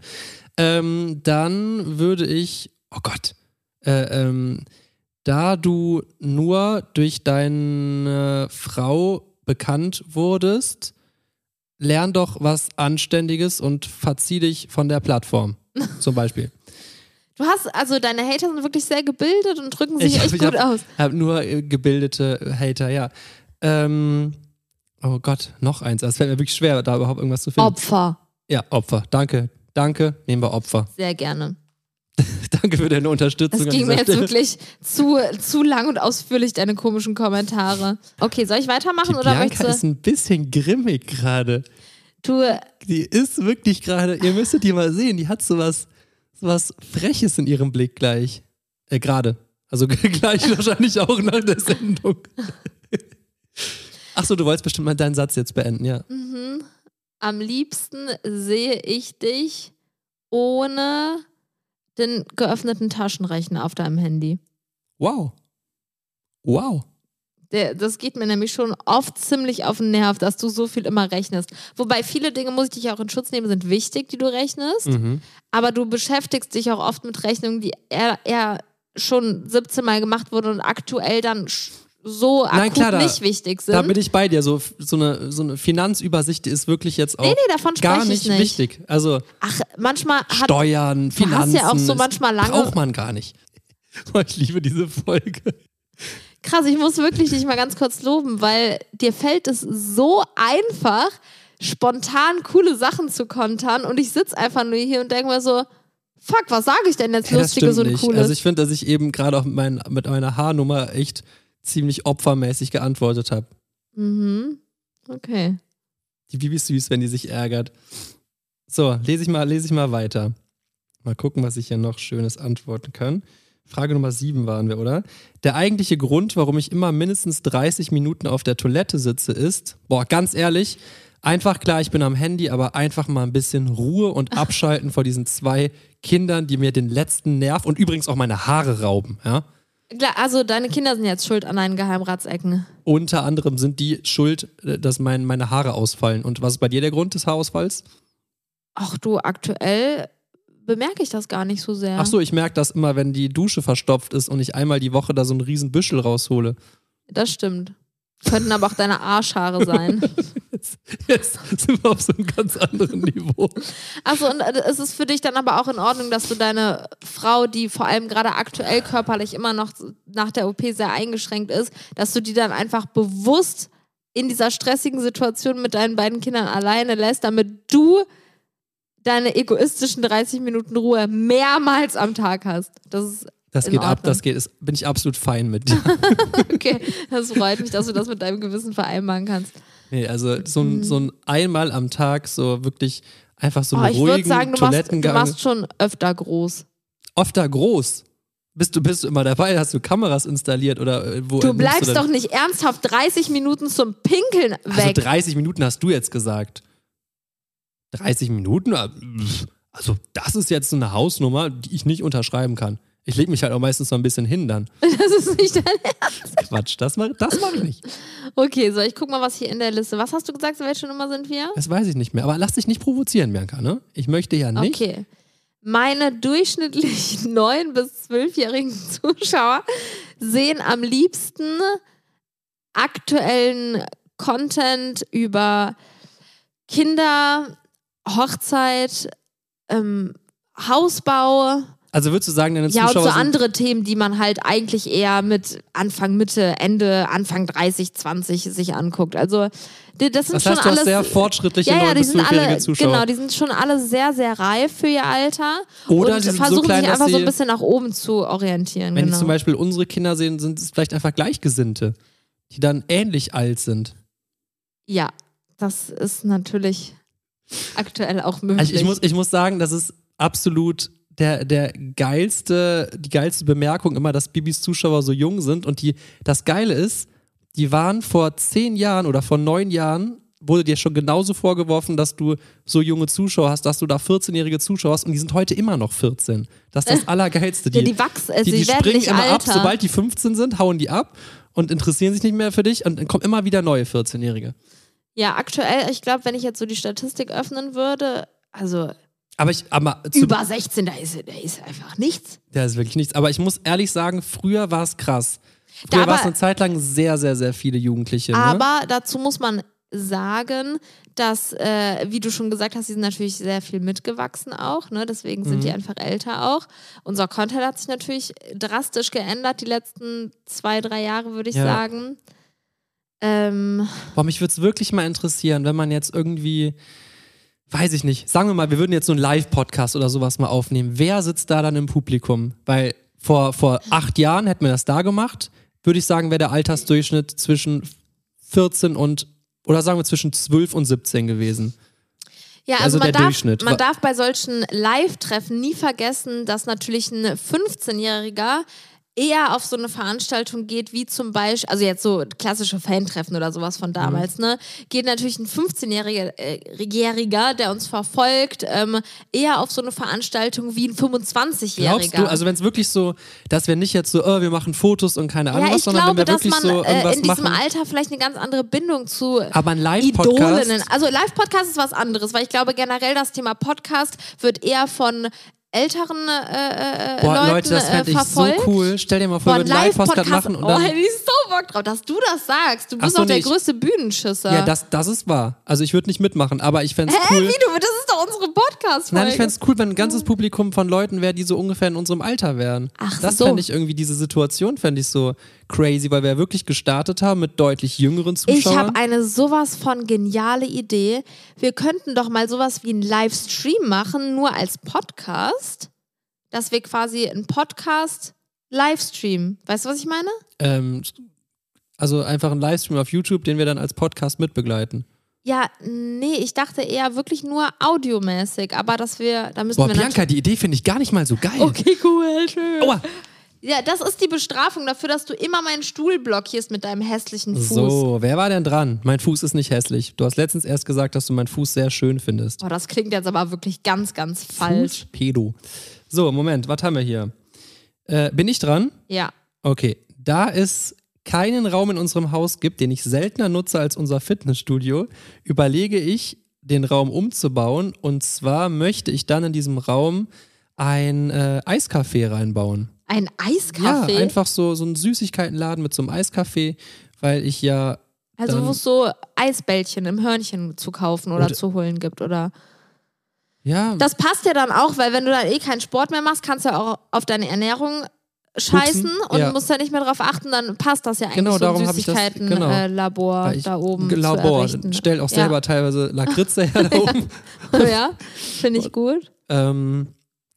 Ähm, dann würde ich, oh Gott, äh, ähm, da du nur durch deine Frau bekannt wurdest, lern doch was Anständiges und verzieh dich von <laughs> der Plattform. Zum Beispiel. du hast, also deine Hater sind wirklich sehr gebildet und drücken sich echt gut hab, aus. hab nur äh, gebildete Hater, ja. Ähm, oh Gott, noch eins. Es fällt mir wirklich schwer, da überhaupt irgendwas zu finden. Opfer. ja, Opfer. Danke. Danke. Nehmen wir Opfer. Sehr gerne. <laughs> Danke für deine Unterstützung. Das an ging dieser mir jetzt Stelle. wirklich zu, zu lang und ausführlich, deine komischen Kommentare. Okay, soll ich weitermachen Die oder Bianca möchtest ist ein bisschen grimmig gerade. du? Du, Die ist wirklich gerade, ihr müsstet die mal sehen, die hat sowas, sowas Freches in ihrem Blick gleich. Äh, gerade. Also <laughs> gleich wahrscheinlich auch nach der Sendung. Achso, du wolltest bestimmt mal deinen Satz jetzt beenden, ja. mhm, am liebsten sehe ich dich ohne den geöffneten Taschenrechner auf deinem Handy. Wow. Wow. Der, das geht mir nämlich schon oft ziemlich auf den Nerv, dass du so viel immer rechnest. Wobei viele Dinge, muss ich dich auch in Schutz nehmen, sind wichtig, die du rechnest. Mhm. Aber du beschäftigst dich auch oft mit Rechnungen, die eher, eher schon 17 Mal gemacht wurden und aktuell dann sch- so Nein, akut klar, da- nicht wichtig sind. Da bin ich bei dir. So, so, eine, so eine Finanzübersicht die ist wirklich jetzt auch nee, nee, davon gar spreche nicht, ich nicht. wichtig. Also Ach, manchmal hat Steuern, Finanzen. ja auch so das manchmal lange- Braucht man gar nicht. <laughs> Boah, Ich liebe diese Folge. Krass, ich muss wirklich dich mal ganz kurz loben, weil dir fällt es so einfach, spontan coole Sachen zu kontern und ich sitze einfach nur hier und denke mir so, fuck, was sage ich denn jetzt Ja, das Lustiges stimmt und nicht. Cooles? Also ich finde, dass ich eben gerade auch mit, mein, mit meiner Haarnummer echt ziemlich opfermäßig geantwortet habe. mhm. Okay. Die Bibi ist süß, wenn die sich ärgert. So, lese ich mal, lese ich mal weiter. Mal gucken, was ich hier noch Schönes antworten kann. Frage Nummer 7 waren wir, oder? Der eigentliche Grund, warum ich immer mindestens 30 Minuten auf der Toilette sitze, ist, boah, ganz ehrlich, einfach klar, ich bin am Handy, aber einfach mal ein bisschen Ruhe und abschalten vor diesen zwei Kindern, die mir den letzten Nerv und übrigens auch meine Haare rauben, ja? Klar, also deine Kinder sind jetzt schuld an deinen Geheimratsecken. Unter anderem sind die schuld, äh, dass mein, meine Haare ausfallen. Und was ist bei dir der Grund des Haarausfalls? Ach du, aktuell bemerke ich das gar nicht so sehr. Ach so, ich merke das immer, wenn die Dusche verstopft ist und ich einmal die Woche da so einen riesen Büschel raushole. <laughs> Das stimmt. Könnten aber auch deine Arschhaare <laughs> sein. Jetzt, jetzt sind wir auf so einem ganz anderen Niveau. Achso, und äh, ist es für dich dann aber auch in Ordnung, dass du deine Frau, die vor allem gerade aktuell körperlich immer noch nach der OP sehr eingeschränkt ist, dass du die dann einfach bewusst in dieser stressigen Situation mit deinen beiden Kindern alleine lässt, damit du deine egoistischen 30 Minuten Ruhe mehrmals am Tag hast. Das ist Das In geht ab, Ordnung. das geht, ist, <laughs> bin ich absolut fein mit. okay. Das freut mich, dass du das mit deinem Gewissen vereinbaren kannst. Nee, also so ein, so ein einmal am Tag, so wirklich einfach so Oh, einen ich würde ruhigen sagen, du machst, du Toilettengang. machst schon öfter groß. Oft da groß. Bist du, bist du immer dabei? Hast du Kameras installiert oder äh, wo? Du nimmst bleibst denn- doch nicht ernsthaft 30 Minuten zum Pinkeln Also weg. 30 Minuten hast du jetzt gesagt. 30 Minuten? Ah, pff, Also das ist jetzt so eine Hausnummer, die ich nicht unterschreiben kann. Ich lege mich halt auch meistens so ein bisschen hin dann. <laughs> das ist nicht dein Quatsch, das mache das mach ich nicht. Okay, so ich guck mal, was hier in der Liste. Was hast du gesagt? Welche Nummer sind wir? Das weiß ich nicht mehr. Aber lass dich nicht provozieren, Bianca, ne? Ich möchte ja nicht. Okay. Meine durchschnittlich <laughs> neun bis zwölfjährigen Zuschauer sehen am liebsten aktuellen Content über Kinder, Hochzeit, ähm, Hausbau, Also würdest du sagen, deine ja und so Zuschauer sind andere Themen, die man halt eigentlich eher mit Anfang, Mitte, Ende, Anfang 30, 20 sich anguckt. Also die- das sind Das schon heißt, du alles hast sehr fortschrittliche ja, ja, 9- die bis sind 12-jährige alle, genau, Zuschauer. die sind schon alle sehr, sehr reif für ihr Alter Oder und die sind so versuchen klein, sich dass einfach so sie- ein bisschen nach oben zu orientieren. Wenn genau. ich zum Beispiel unsere Kinder sehen, sind es vielleicht einfach Gleichgesinnte, die dann ähnlich alt sind. ja, das ist natürlich aktuell auch möglich. Also ich muss, ich muss sagen, das ist absolut der, der geilste, die geilste Bemerkung immer, dass Bibis Zuschauer so jung sind. Und die, das Geile ist, die waren vor zehn Jahren oder vor neun Jahren, wurde dir schon genauso vorgeworfen, dass du so junge Zuschauer hast, dass du da 14-jährige Zuschauer hast und die sind heute immer noch 14. Das ist das Allergeilste. Äh, ja, die wachsen, also die, die, die werden springen nicht immer alter. ab, sobald die 15 sind, hauen die ab und interessieren sich nicht mehr für dich und dann kommen immer wieder neue 14-Jährige. ja, aktuell, ich glaube, wenn ich jetzt so die Statistik öffnen würde, also Aber ich, aber zu, über 16, da ist, da ist einfach nichts. da ist wirklich nichts. Aber ich muss ehrlich sagen, früher war es krass. Da Früher war es aber- eine Zeit lang sehr, sehr, sehr viele Jugendliche. ne? Aber dazu muss man sagen, dass, äh, wie du schon gesagt hast, die sind natürlich sehr viel mitgewachsen auch, ne? deswegen sind Mhm. die einfach älter auch. Unser Content hat sich natürlich drastisch geändert die letzten zwei, drei Jahre, würde ich Ja. sagen. Ähm, Boah, mich würde es wirklich mal interessieren, wenn man jetzt irgendwie, weiß ich nicht, sagen wir mal, wir würden jetzt so einen Live-Podcast oder sowas mal aufnehmen. Wer sitzt da dann im Publikum? Weil vor, vor acht Jahren hätten wir das da gemacht, würde ich sagen, wäre der Altersdurchschnitt zwischen 14 und, oder sagen wir zwischen 12 und 17 gewesen. Ja, also, Also der man, darf, Durchschnitt. Wa- man darf bei solchen Live-Treffen nie vergessen, dass natürlich ein 15-Jähriger eher auf so eine Veranstaltung geht, wie zum Beispiel, also jetzt so klassische Fantreffen oder sowas von damals, Mhm. ne, geht natürlich ein 15-Jähriger, äh, Jähriger, der uns verfolgt, ähm, eher auf so eine Veranstaltung wie ein 25-Jähriger. Glaubst du, also wenn es wirklich so, dass wir nicht jetzt so, oh, wir machen Fotos und keine Ahnung ja, was, ich sondern glaube, wenn wir dass wirklich man so äh, irgendwas in diesem machen. Alter vielleicht eine ganz andere Bindung zu Aber ein Live-Podcast. Idolinnen. Also Live-Podcast ist was anderes, weil ich glaube generell das Thema Podcast wird eher von älteren äh, äh, Boah, Leuten Leute, das äh, fände ich so verfolgt. cool. Stell dir mal vor, Boah, wir ein würden einen Live-Podcast Live-Podcast. machen und oh, dann hätte ich so Bock drauf, dass du das sagst. Du Ach bist so, doch der nee, ich- größte Bühnenschisser. Ja, das, das ist wahr. Also ich würde nicht mitmachen, aber ich fände es Hä, cool. wie du? Das ist doch unsere podcast Nein, ich fände es cool, wenn ein ganzes Publikum von Leuten wäre, die so ungefähr in unserem Alter wären. Ach das so. fände ich irgendwie, diese Situation fände ich so crazy, weil wir ja wirklich gestartet haben mit deutlich jüngeren Ich Zuschauern. habe eine sowas von geniale Idee. Wir könnten doch mal sowas wie einen Livestream machen, nur als Podcast. Dass wir quasi einen Podcast Livestream. Weißt du, was ich meine? ähm, also einfach einen Livestream auf YouTube, den wir dann als Podcast mitbegleiten. Ja, nee, ich dachte eher wirklich nur audiomäßig, aber dass wir, da müssen Boah, wir Bianca, Oh. die Idee finde ich gar nicht mal so geil. natürlich- Okay, cool, schön. Aua. Ja, das ist die Bestrafung dafür, dass du immer meinen Stuhl blockierst mit deinem hässlichen Fuß. So, wer war denn dran? Mein Fuß ist nicht hässlich. Du hast letztens erst gesagt, dass du meinen Fuß sehr schön findest. Boah, das klingt jetzt aber wirklich ganz, ganz falsch. Pedo. So, Moment, was haben wir hier? Äh, bin ich dran? Ja. Okay. Da es keinen Raum in unserem Haus gibt, den ich seltener nutze als unser Fitnessstudio, überlege ich, den Raum umzubauen. Und zwar möchte ich dann in diesem Raum ein äh, Eiscafé reinbauen. Ein Eiskaffee. Ja, einfach so, so einen Süßigkeitenladen mit so einem Eiscafé, weil ich ja. Also dann- wo es so Eisbällchen im Hörnchen zu kaufen oder Oder- zu holen gibt, oder? Ja, Das passt ja dann auch, weil wenn du dann eh keinen Sport mehr machst, kannst du ja auch auf deine Ernährung scheißen Pupsen, und ja. musst ja nicht mehr drauf achten, dann passt das ja eigentlich Genau, so darum ein hab ich das- genau. Süßigkeiten-Labor äh, Labor weil ich- da oben Labor. zu <laughs> errichten. Stellt auch selber teilweise Lakritze her <laughs> da oben. Ja, ja finde ich gut. Ähm,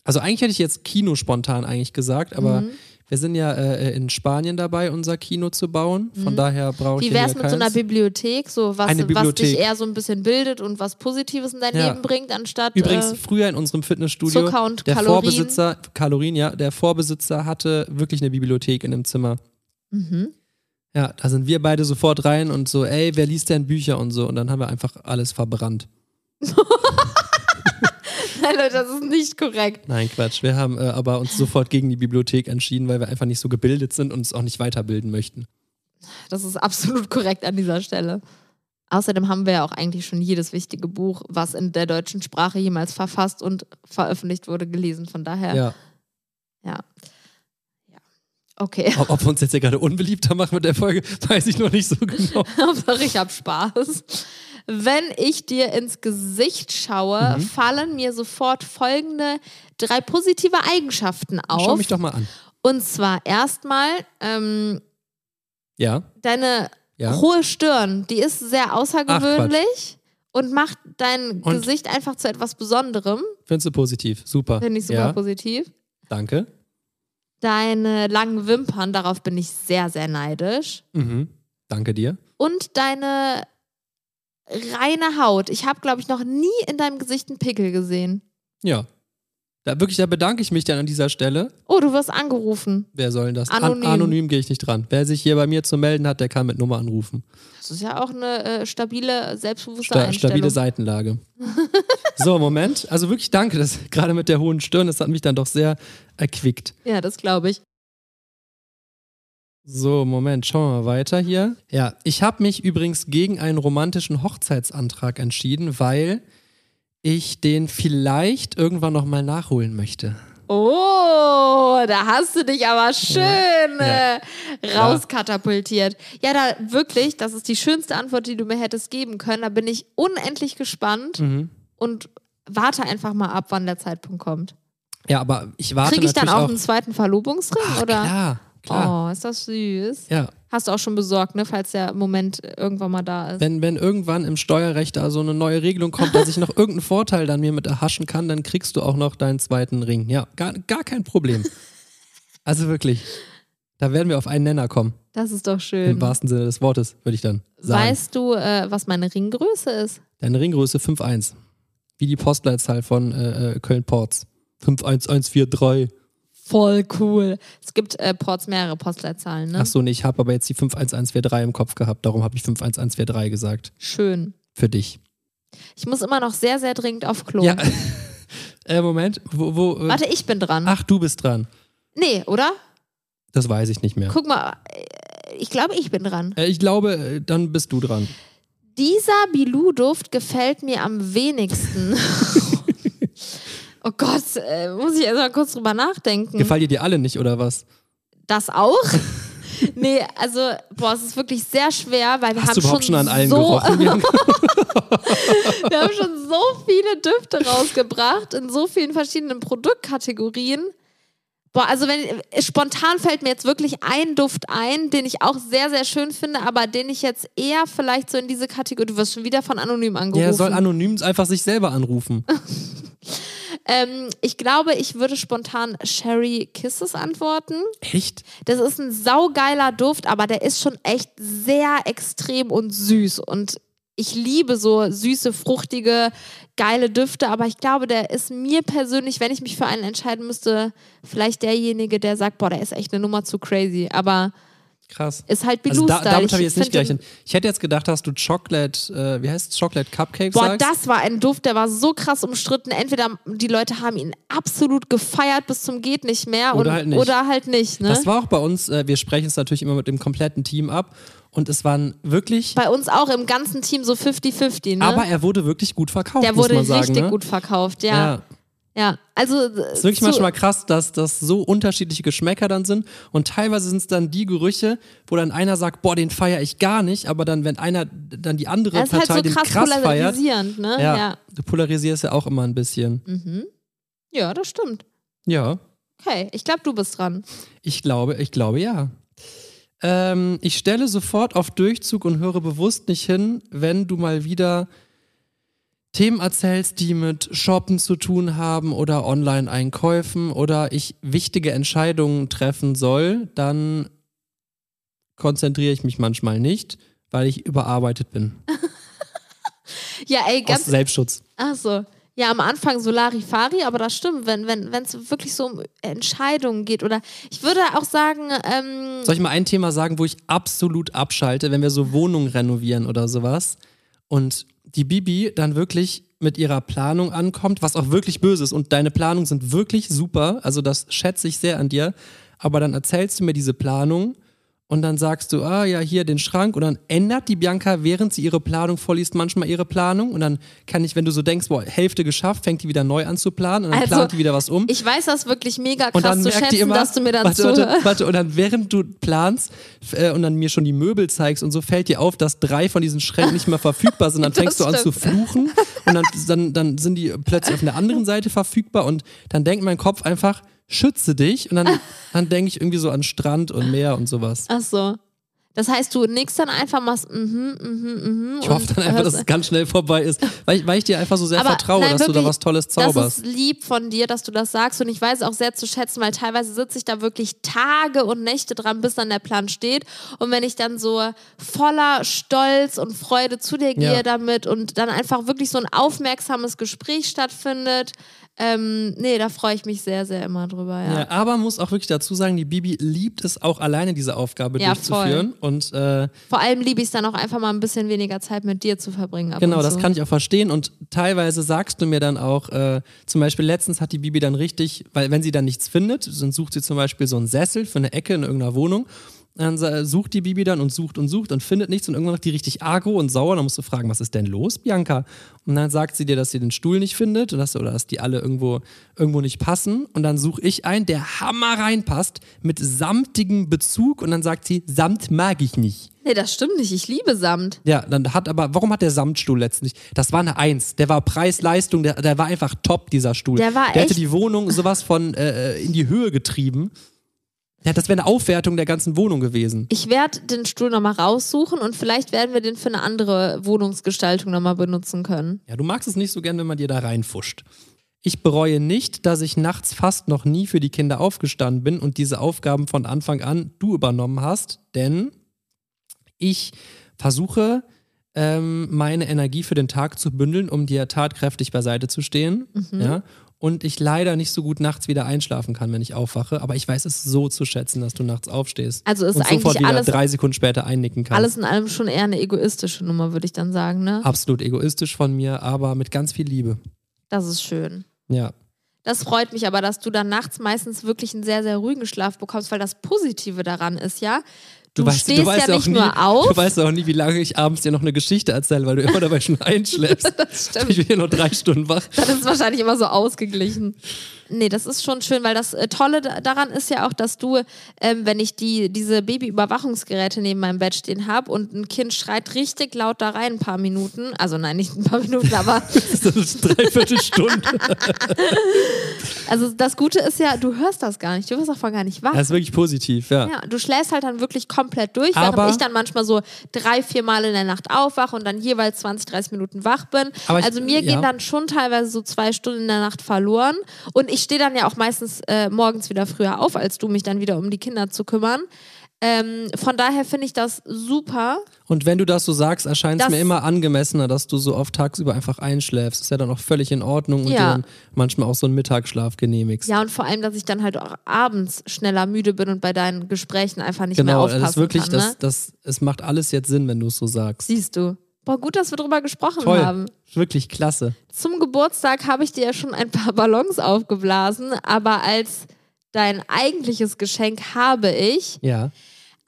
also eigentlich hätte ich jetzt Kino spontan eigentlich gesagt, aber Mhm. wir Wir sind ja äh, in Spanien dabei, unser Kino zu bauen. Von daher Mhm. brauche ich Wie hier wär's ja mit so einer keins. Bibliothek, so was, Eine was dich Bibliothek. eher so ein bisschen bildet und was Positives in dein Ja. Leben bringt, anstatt Übrigens, äh, <laughs> früher in unserem Fitnessstudio, Zucker und der Kalorien. Vorbesitzer, Kalorien, ja, der Vorbesitzer hatte wirklich eine Bibliothek in dem Zimmer. mhm. Ja, da sind wir beide sofort rein und so, ey, wer liest denn Bücher und so? Und dann haben wir einfach alles verbrannt. Nein, Leute, das ist nicht korrekt. Nein, Quatsch. Wir haben äh, aber uns sofort gegen die Bibliothek entschieden, weil wir einfach nicht so gebildet sind und uns auch nicht weiterbilden möchten. Das ist absolut <laughs> korrekt an dieser Stelle. Außerdem haben wir ja auch eigentlich schon jedes wichtige Buch, was in der deutschen Sprache jemals verfasst und veröffentlicht wurde, gelesen. Von daher, Ja. ja. ja. Okay, <laughs> Ob, ob wir uns jetzt ja gerade unbeliebter machen mit der Folge, <laughs> weiß ich noch nicht so genau. Hauptsache ich habe Spaß. Wenn ich dir ins Gesicht Mhm. schaue, fallen mir sofort folgende drei positive Eigenschaften Schau auf. mich doch mal an. Und zwar erstmal ähm, Ja, deine ja. hohe Stirn, die ist sehr außergewöhnlich und macht dein Und- Gesicht einfach zu etwas Besonderem. Findest du positiv. Super. Finde ich super ja, positiv. Danke. Deine langen Wimpern, darauf bin ich sehr, sehr neidisch. Mhm. Danke dir. Und deine reine Haut. Ich habe, glaube ich, noch nie in deinem Gesicht einen Pickel gesehen. Ja. Da, wirklich, da bedanke ich mich dann an dieser Stelle. Oh, du wirst angerufen. Wer soll denn das? Anonym. anonym gehe ich nicht dran. Wer sich hier bei mir zu melden hat, der kann mit Nummer anrufen. Das ist ja auch eine äh, stabile, selbstbewusste Sta Einstellung. <laughs> stabile Seitenlage. so, Moment. Also wirklich danke, das gerade mit der hohen Stirn, das hat mich dann doch sehr erquickt. ja, das glaube ich. So, Moment, schauen wir mal weiter hier. Ja, ich habe mich übrigens gegen einen romantischen Hochzeitsantrag entschieden, weil ich den vielleicht irgendwann nochmal nachholen möchte. Oh, da hast du dich aber schön Ja. äh, rauskatapultiert. Ja, da wirklich, das ist die schönste Antwort, die du mir hättest geben können. Da bin ich unendlich gespannt Mhm. und warte einfach mal ab, wann der Zeitpunkt kommt. Ja, aber ich warte Kriege ich dann natürlich auch, auch. einen zweiten Verlobungsring? Ach, oder? Klar, klar. Oh, ist das süß. Ja, Hast du auch schon besorgt, ne, falls der Moment irgendwann mal da ist. wenn, wenn irgendwann im Steuerrecht da so eine neue Regelung kommt, dass ich noch irgendeinen Vorteil dann mir mit erhaschen kann, dann kriegst du auch noch deinen zweiten Ring. Ja, gar, gar kein Problem. Also wirklich, da werden wir auf einen Nenner kommen, Das ist doch schön. im wahrsten Sinne des Wortes, würde ich dann sagen. Weißt du, äh, was meine Ringgröße ist? Deine Ringgröße 5,1. Wie die Postleitzahl von äh, äh, Köln-Ports. 51143. Voll cool. Es gibt äh, Ports mehrere Postleitzahlen, ne? Ach so, nee, ich habe aber jetzt die 51143 im Kopf gehabt, darum habe ich 51143 gesagt. Schön. Für dich. Ich muss immer noch sehr, sehr dringend auf Klo. Ja. <laughs> äh, Moment, wo. wo äh, Warte, ich bin dran. Ach, du bist dran. Nee, oder? Das weiß ich nicht mehr. Guck mal, äh, ich glaube, ich bin dran. Äh, ich glaube, äh, dann bist du dran. Mhm. Dieser Bilou-Duft gefällt mir am <laughs> wenigsten. oh Gott, äh, muss ich erst mal kurz drüber nachdenken. Gefallen dir die alle nicht, oder was? das auch? <laughs> nee, also, boah, es ist wirklich sehr schwer, weil wir Hast haben du überhaupt schon an allen so <laughs> gerochen? Jürgen? Wir haben schon so viele Düfte rausgebracht in so vielen verschiedenen Produktkategorien. Boah, also wenn spontan fällt mir jetzt wirklich ein Duft ein, den ich auch sehr, sehr schön finde, aber den ich jetzt eher vielleicht so in diese Kategorie. Du wirst schon wieder von anonym angerufen. ja, er soll anonym einfach sich selber <laughs> anrufen. ähm, ich glaube, ich würde spontan Sherry Kisses antworten. Echt? Das ist ein saugeiler Duft, aber der ist schon echt sehr extrem und süß. Und ich liebe so süße, fruchtige, geile Düfte, aber ich glaube, der ist mir persönlich, wenn ich mich für einen entscheiden müsste, vielleicht derjenige, der sagt, boah, der ist echt eine Nummer zu crazy. Aber Krass. ist halt Bilou Also da, Style. damit habe ich jetzt nicht find den- gerechnet. Ich hätte jetzt gedacht, dass du Chocolate, äh, wie heißt es, Chocolate Cupcake Boah, sagst. das ne? war ein Duft, der war so krass umstritten. Entweder die Leute haben ihn absolut gefeiert bis zum geht nicht mehr Oder und, halt nicht. oder halt nicht ne? Das war auch bei uns, äh, wir sprechen es natürlich immer mit dem kompletten Team ab und es waren wirklich, Bei uns auch im ganzen Team so 50-50, ne? aber er wurde wirklich gut verkauft, Der muss wurde man sagen. richtig ne? gut verkauft, ja. ja. Ja, also. Ist wirklich manchmal krass, dass das so unterschiedliche Geschmäcker dann sind und teilweise sind es dann die Gerüche, wo dann einer sagt, boah, den feiere ich gar nicht, aber dann, wenn einer dann die andere Das ist halt Partei so den krass, krass feiert, polarisierend, ne? ja, ja. du polarisierst ja auch immer ein bisschen. Mhm. Ja, das stimmt. Ja, Okay, ich glaube, du bist dran. ich glaube, ich glaube ja. Ähm, ich stelle sofort auf Durchzug und höre bewusst nicht hin, wenn du mal wieder Themen erzählst, die mit Shoppen zu tun haben oder Online-Einkäufen oder ich wichtige Entscheidungen treffen soll, dann konzentriere ich mich manchmal nicht, weil ich überarbeitet bin. Ja, ey, Aus ganz. Selbstschutz. Ach so. Ja, am Anfang Solarifari, aber das stimmt, wenn wenn es wirklich so um Entscheidungen geht. Oder ich würde auch sagen, ähm, Soll ich mal ein Thema sagen, wo ich absolut abschalte, wenn wir so Wohnungen renovieren oder sowas und die Bibi dann wirklich mit ihrer Planung ankommt, was auch wirklich böse ist und deine Planungen sind wirklich super, also das schätze ich sehr an dir, aber dann erzählst du mir diese Planung und dann sagst du, ah ja, hier den Schrank und dann ändert die Bianca, während sie ihre Planung vorliest, manchmal ihre Planung und dann kann ich, wenn du so denkst, boah, Hälfte geschafft, fängt die wieder neu an zu planen und dann Also, plant die wieder was um. ich weiß das wirklich mega Und krass dann zu merkt die schätzen, immer, dass du mir dann warte, zuhörst. warte, warte, und dann während du planst f- äh, und dann mir schon die Möbel zeigst und so fällt dir auf, dass drei von diesen Schränken nicht mehr verfügbar sind, <laughs> dann Das fängst du an zu stimmt. fluchen und dann, dann, dann sind die plötzlich auf der anderen Seite verfügbar und dann denkt mein Kopf einfach, schütze dich und dann, dann denke ich irgendwie so an Strand und Meer und sowas. Ach so. Das heißt, du nickst dann einfach, machst mhm, mhm, mhm. Ich hoffe und dann einfach, hörst- dass es ganz schnell vorbei ist, weil ich, weil ich dir einfach so sehr Aber äh, vertraue, nein, dass du da wirklich, was Tolles Das zauberst. ist lieb von dir, dass du das sagst und ich weiß auch sehr zu schätzen, weil teilweise sitze ich da wirklich Tage und Nächte dran, bis dann der Plan steht und wenn ich dann so voller Stolz und Freude zu dir gehe Ja. damit und dann einfach wirklich so ein aufmerksames Gespräch stattfindet, ähm, nee, da freue ich mich sehr, sehr immer drüber, ja. Ja, aber muss auch wirklich dazu sagen, die Bibi liebt es auch alleine, diese Aufgabe Ja, durchzuführen. Und äh, Vor allem liebe ich es dann auch einfach mal ein bisschen weniger Zeit mit dir zu verbringen. ab Genau, und das zu. kann ich auch verstehen. Und teilweise sagst du mir dann auch, äh, zum Beispiel letztens hat die Bibi dann richtig, weil wenn sie dann nichts findet, dann sucht sie zum Beispiel so einen Sessel für eine Ecke in irgendeiner Wohnung. Dann sa- sucht die Bibi dann und sucht und sucht und findet nichts und irgendwann wird die richtig agro und sauer. Dann musst du fragen, was ist denn los, Bianca? Und dann sagt sie dir, dass sie den Stuhl nicht findet und dass, oder dass die alle irgendwo, irgendwo nicht passen. Und dann suche ich einen, der hammer reinpasst mit samtigem Bezug und dann sagt sie, Samt mag ich nicht. Nee, das stimmt nicht. Ich liebe Samt. Ja, dann hat aber, warum hat der Samtstuhl letztlich? Das war eine Eins. Der war Preis-Leistung, der, der war einfach top, dieser Stuhl. Der war der hätte echt- die Wohnung sowas von äh, äh, in die Höhe getrieben. Ja, das wäre eine Aufwertung der ganzen Wohnung gewesen. Ich werde den Stuhl nochmal raussuchen und vielleicht werden wir den für eine andere Wohnungsgestaltung nochmal benutzen können. Ja, du magst es nicht so gern, wenn man dir da reinfuscht. Ich bereue nicht, dass ich nachts fast noch nie für die Kinder aufgestanden bin und diese Aufgaben von Anfang an du übernommen hast, denn ich versuche, ähm, meine Energie für den Tag zu bündeln, um dir tatkräftig beiseite zu stehen. Mhm. Ja? Und ich leider nicht so gut nachts wieder einschlafen kann, wenn ich aufwache. Aber ich weiß es so zu schätzen, dass du nachts aufstehst. Also ist und sofort eigentlich wieder alles- drei Sekunden später einnicken kannst. Alles in allem schon eher eine egoistische Nummer, würde ich dann sagen, ne? Absolut egoistisch von mir, aber mit ganz viel Liebe. Das ist schön. Ja. Das freut mich aber, dass du dann nachts meistens wirklich einen sehr, sehr ruhigen Schlaf bekommst, weil das Positive daran ist, ja, du, stehst ja auch nicht nie, nur auf. Du weißt ja auch nie, wie lange ich abends dir noch eine Geschichte erzähle, weil du immer dabei schon einschläfst. <laughs> das stimmt. Ich bin hier noch drei Stunden wach. <laughs> Das ist wahrscheinlich immer so ausgeglichen. Nee, das ist schon schön, weil das äh, Tolle da- daran ist ja auch, dass du, ähm, wenn ich die, diese Babyüberwachungsgeräte neben meinem Bett stehen habe und ein Kind schreit richtig laut da rein ein paar Minuten, also nein, nicht ein paar Minuten, aber Das ist dreiviertel Stunde. also das Gute ist ja, du hörst das gar nicht, du wirst davon gar nicht wach. <laughs> Das ist wirklich positiv, ja. Ja, du schläfst halt dann wirklich komplett durch, Aber- während ich dann manchmal so drei, vier Mal in der Nacht aufwache und dann jeweils 20, 30 Minuten wach bin. Aber ich- also mir ja. gehen dann schon teilweise so zwei Stunden in der Nacht verloren und ich stehe dann ja auch meistens äh, morgens wieder früher auf, als du mich dann wieder um die Kinder zu kümmern. Ähm, von daher finde ich das super. Und wenn du das so sagst, erscheint es Das- mir immer angemessener, dass du so oft tagsüber einfach einschläfst. Ist ja dann auch völlig in Ordnung und dir Ja. dann manchmal auch so einen Mittagsschlaf genehmigst. Ja, und vor allem, dass ich dann halt auch abends schneller müde bin und bei deinen Gesprächen einfach nicht mehr genau, aufpassen das ist wirklich, kann. Ne? das, das, es macht alles jetzt Sinn, wenn du es so sagst. Siehst du. Boah, gut, dass wir drüber gesprochen Toll, haben. wirklich klasse. Zum Geburtstag habe ich dir ja schon ein paar <laughs> Ballons aufgeblasen, aber als dein eigentliches Geschenk habe ich Ja.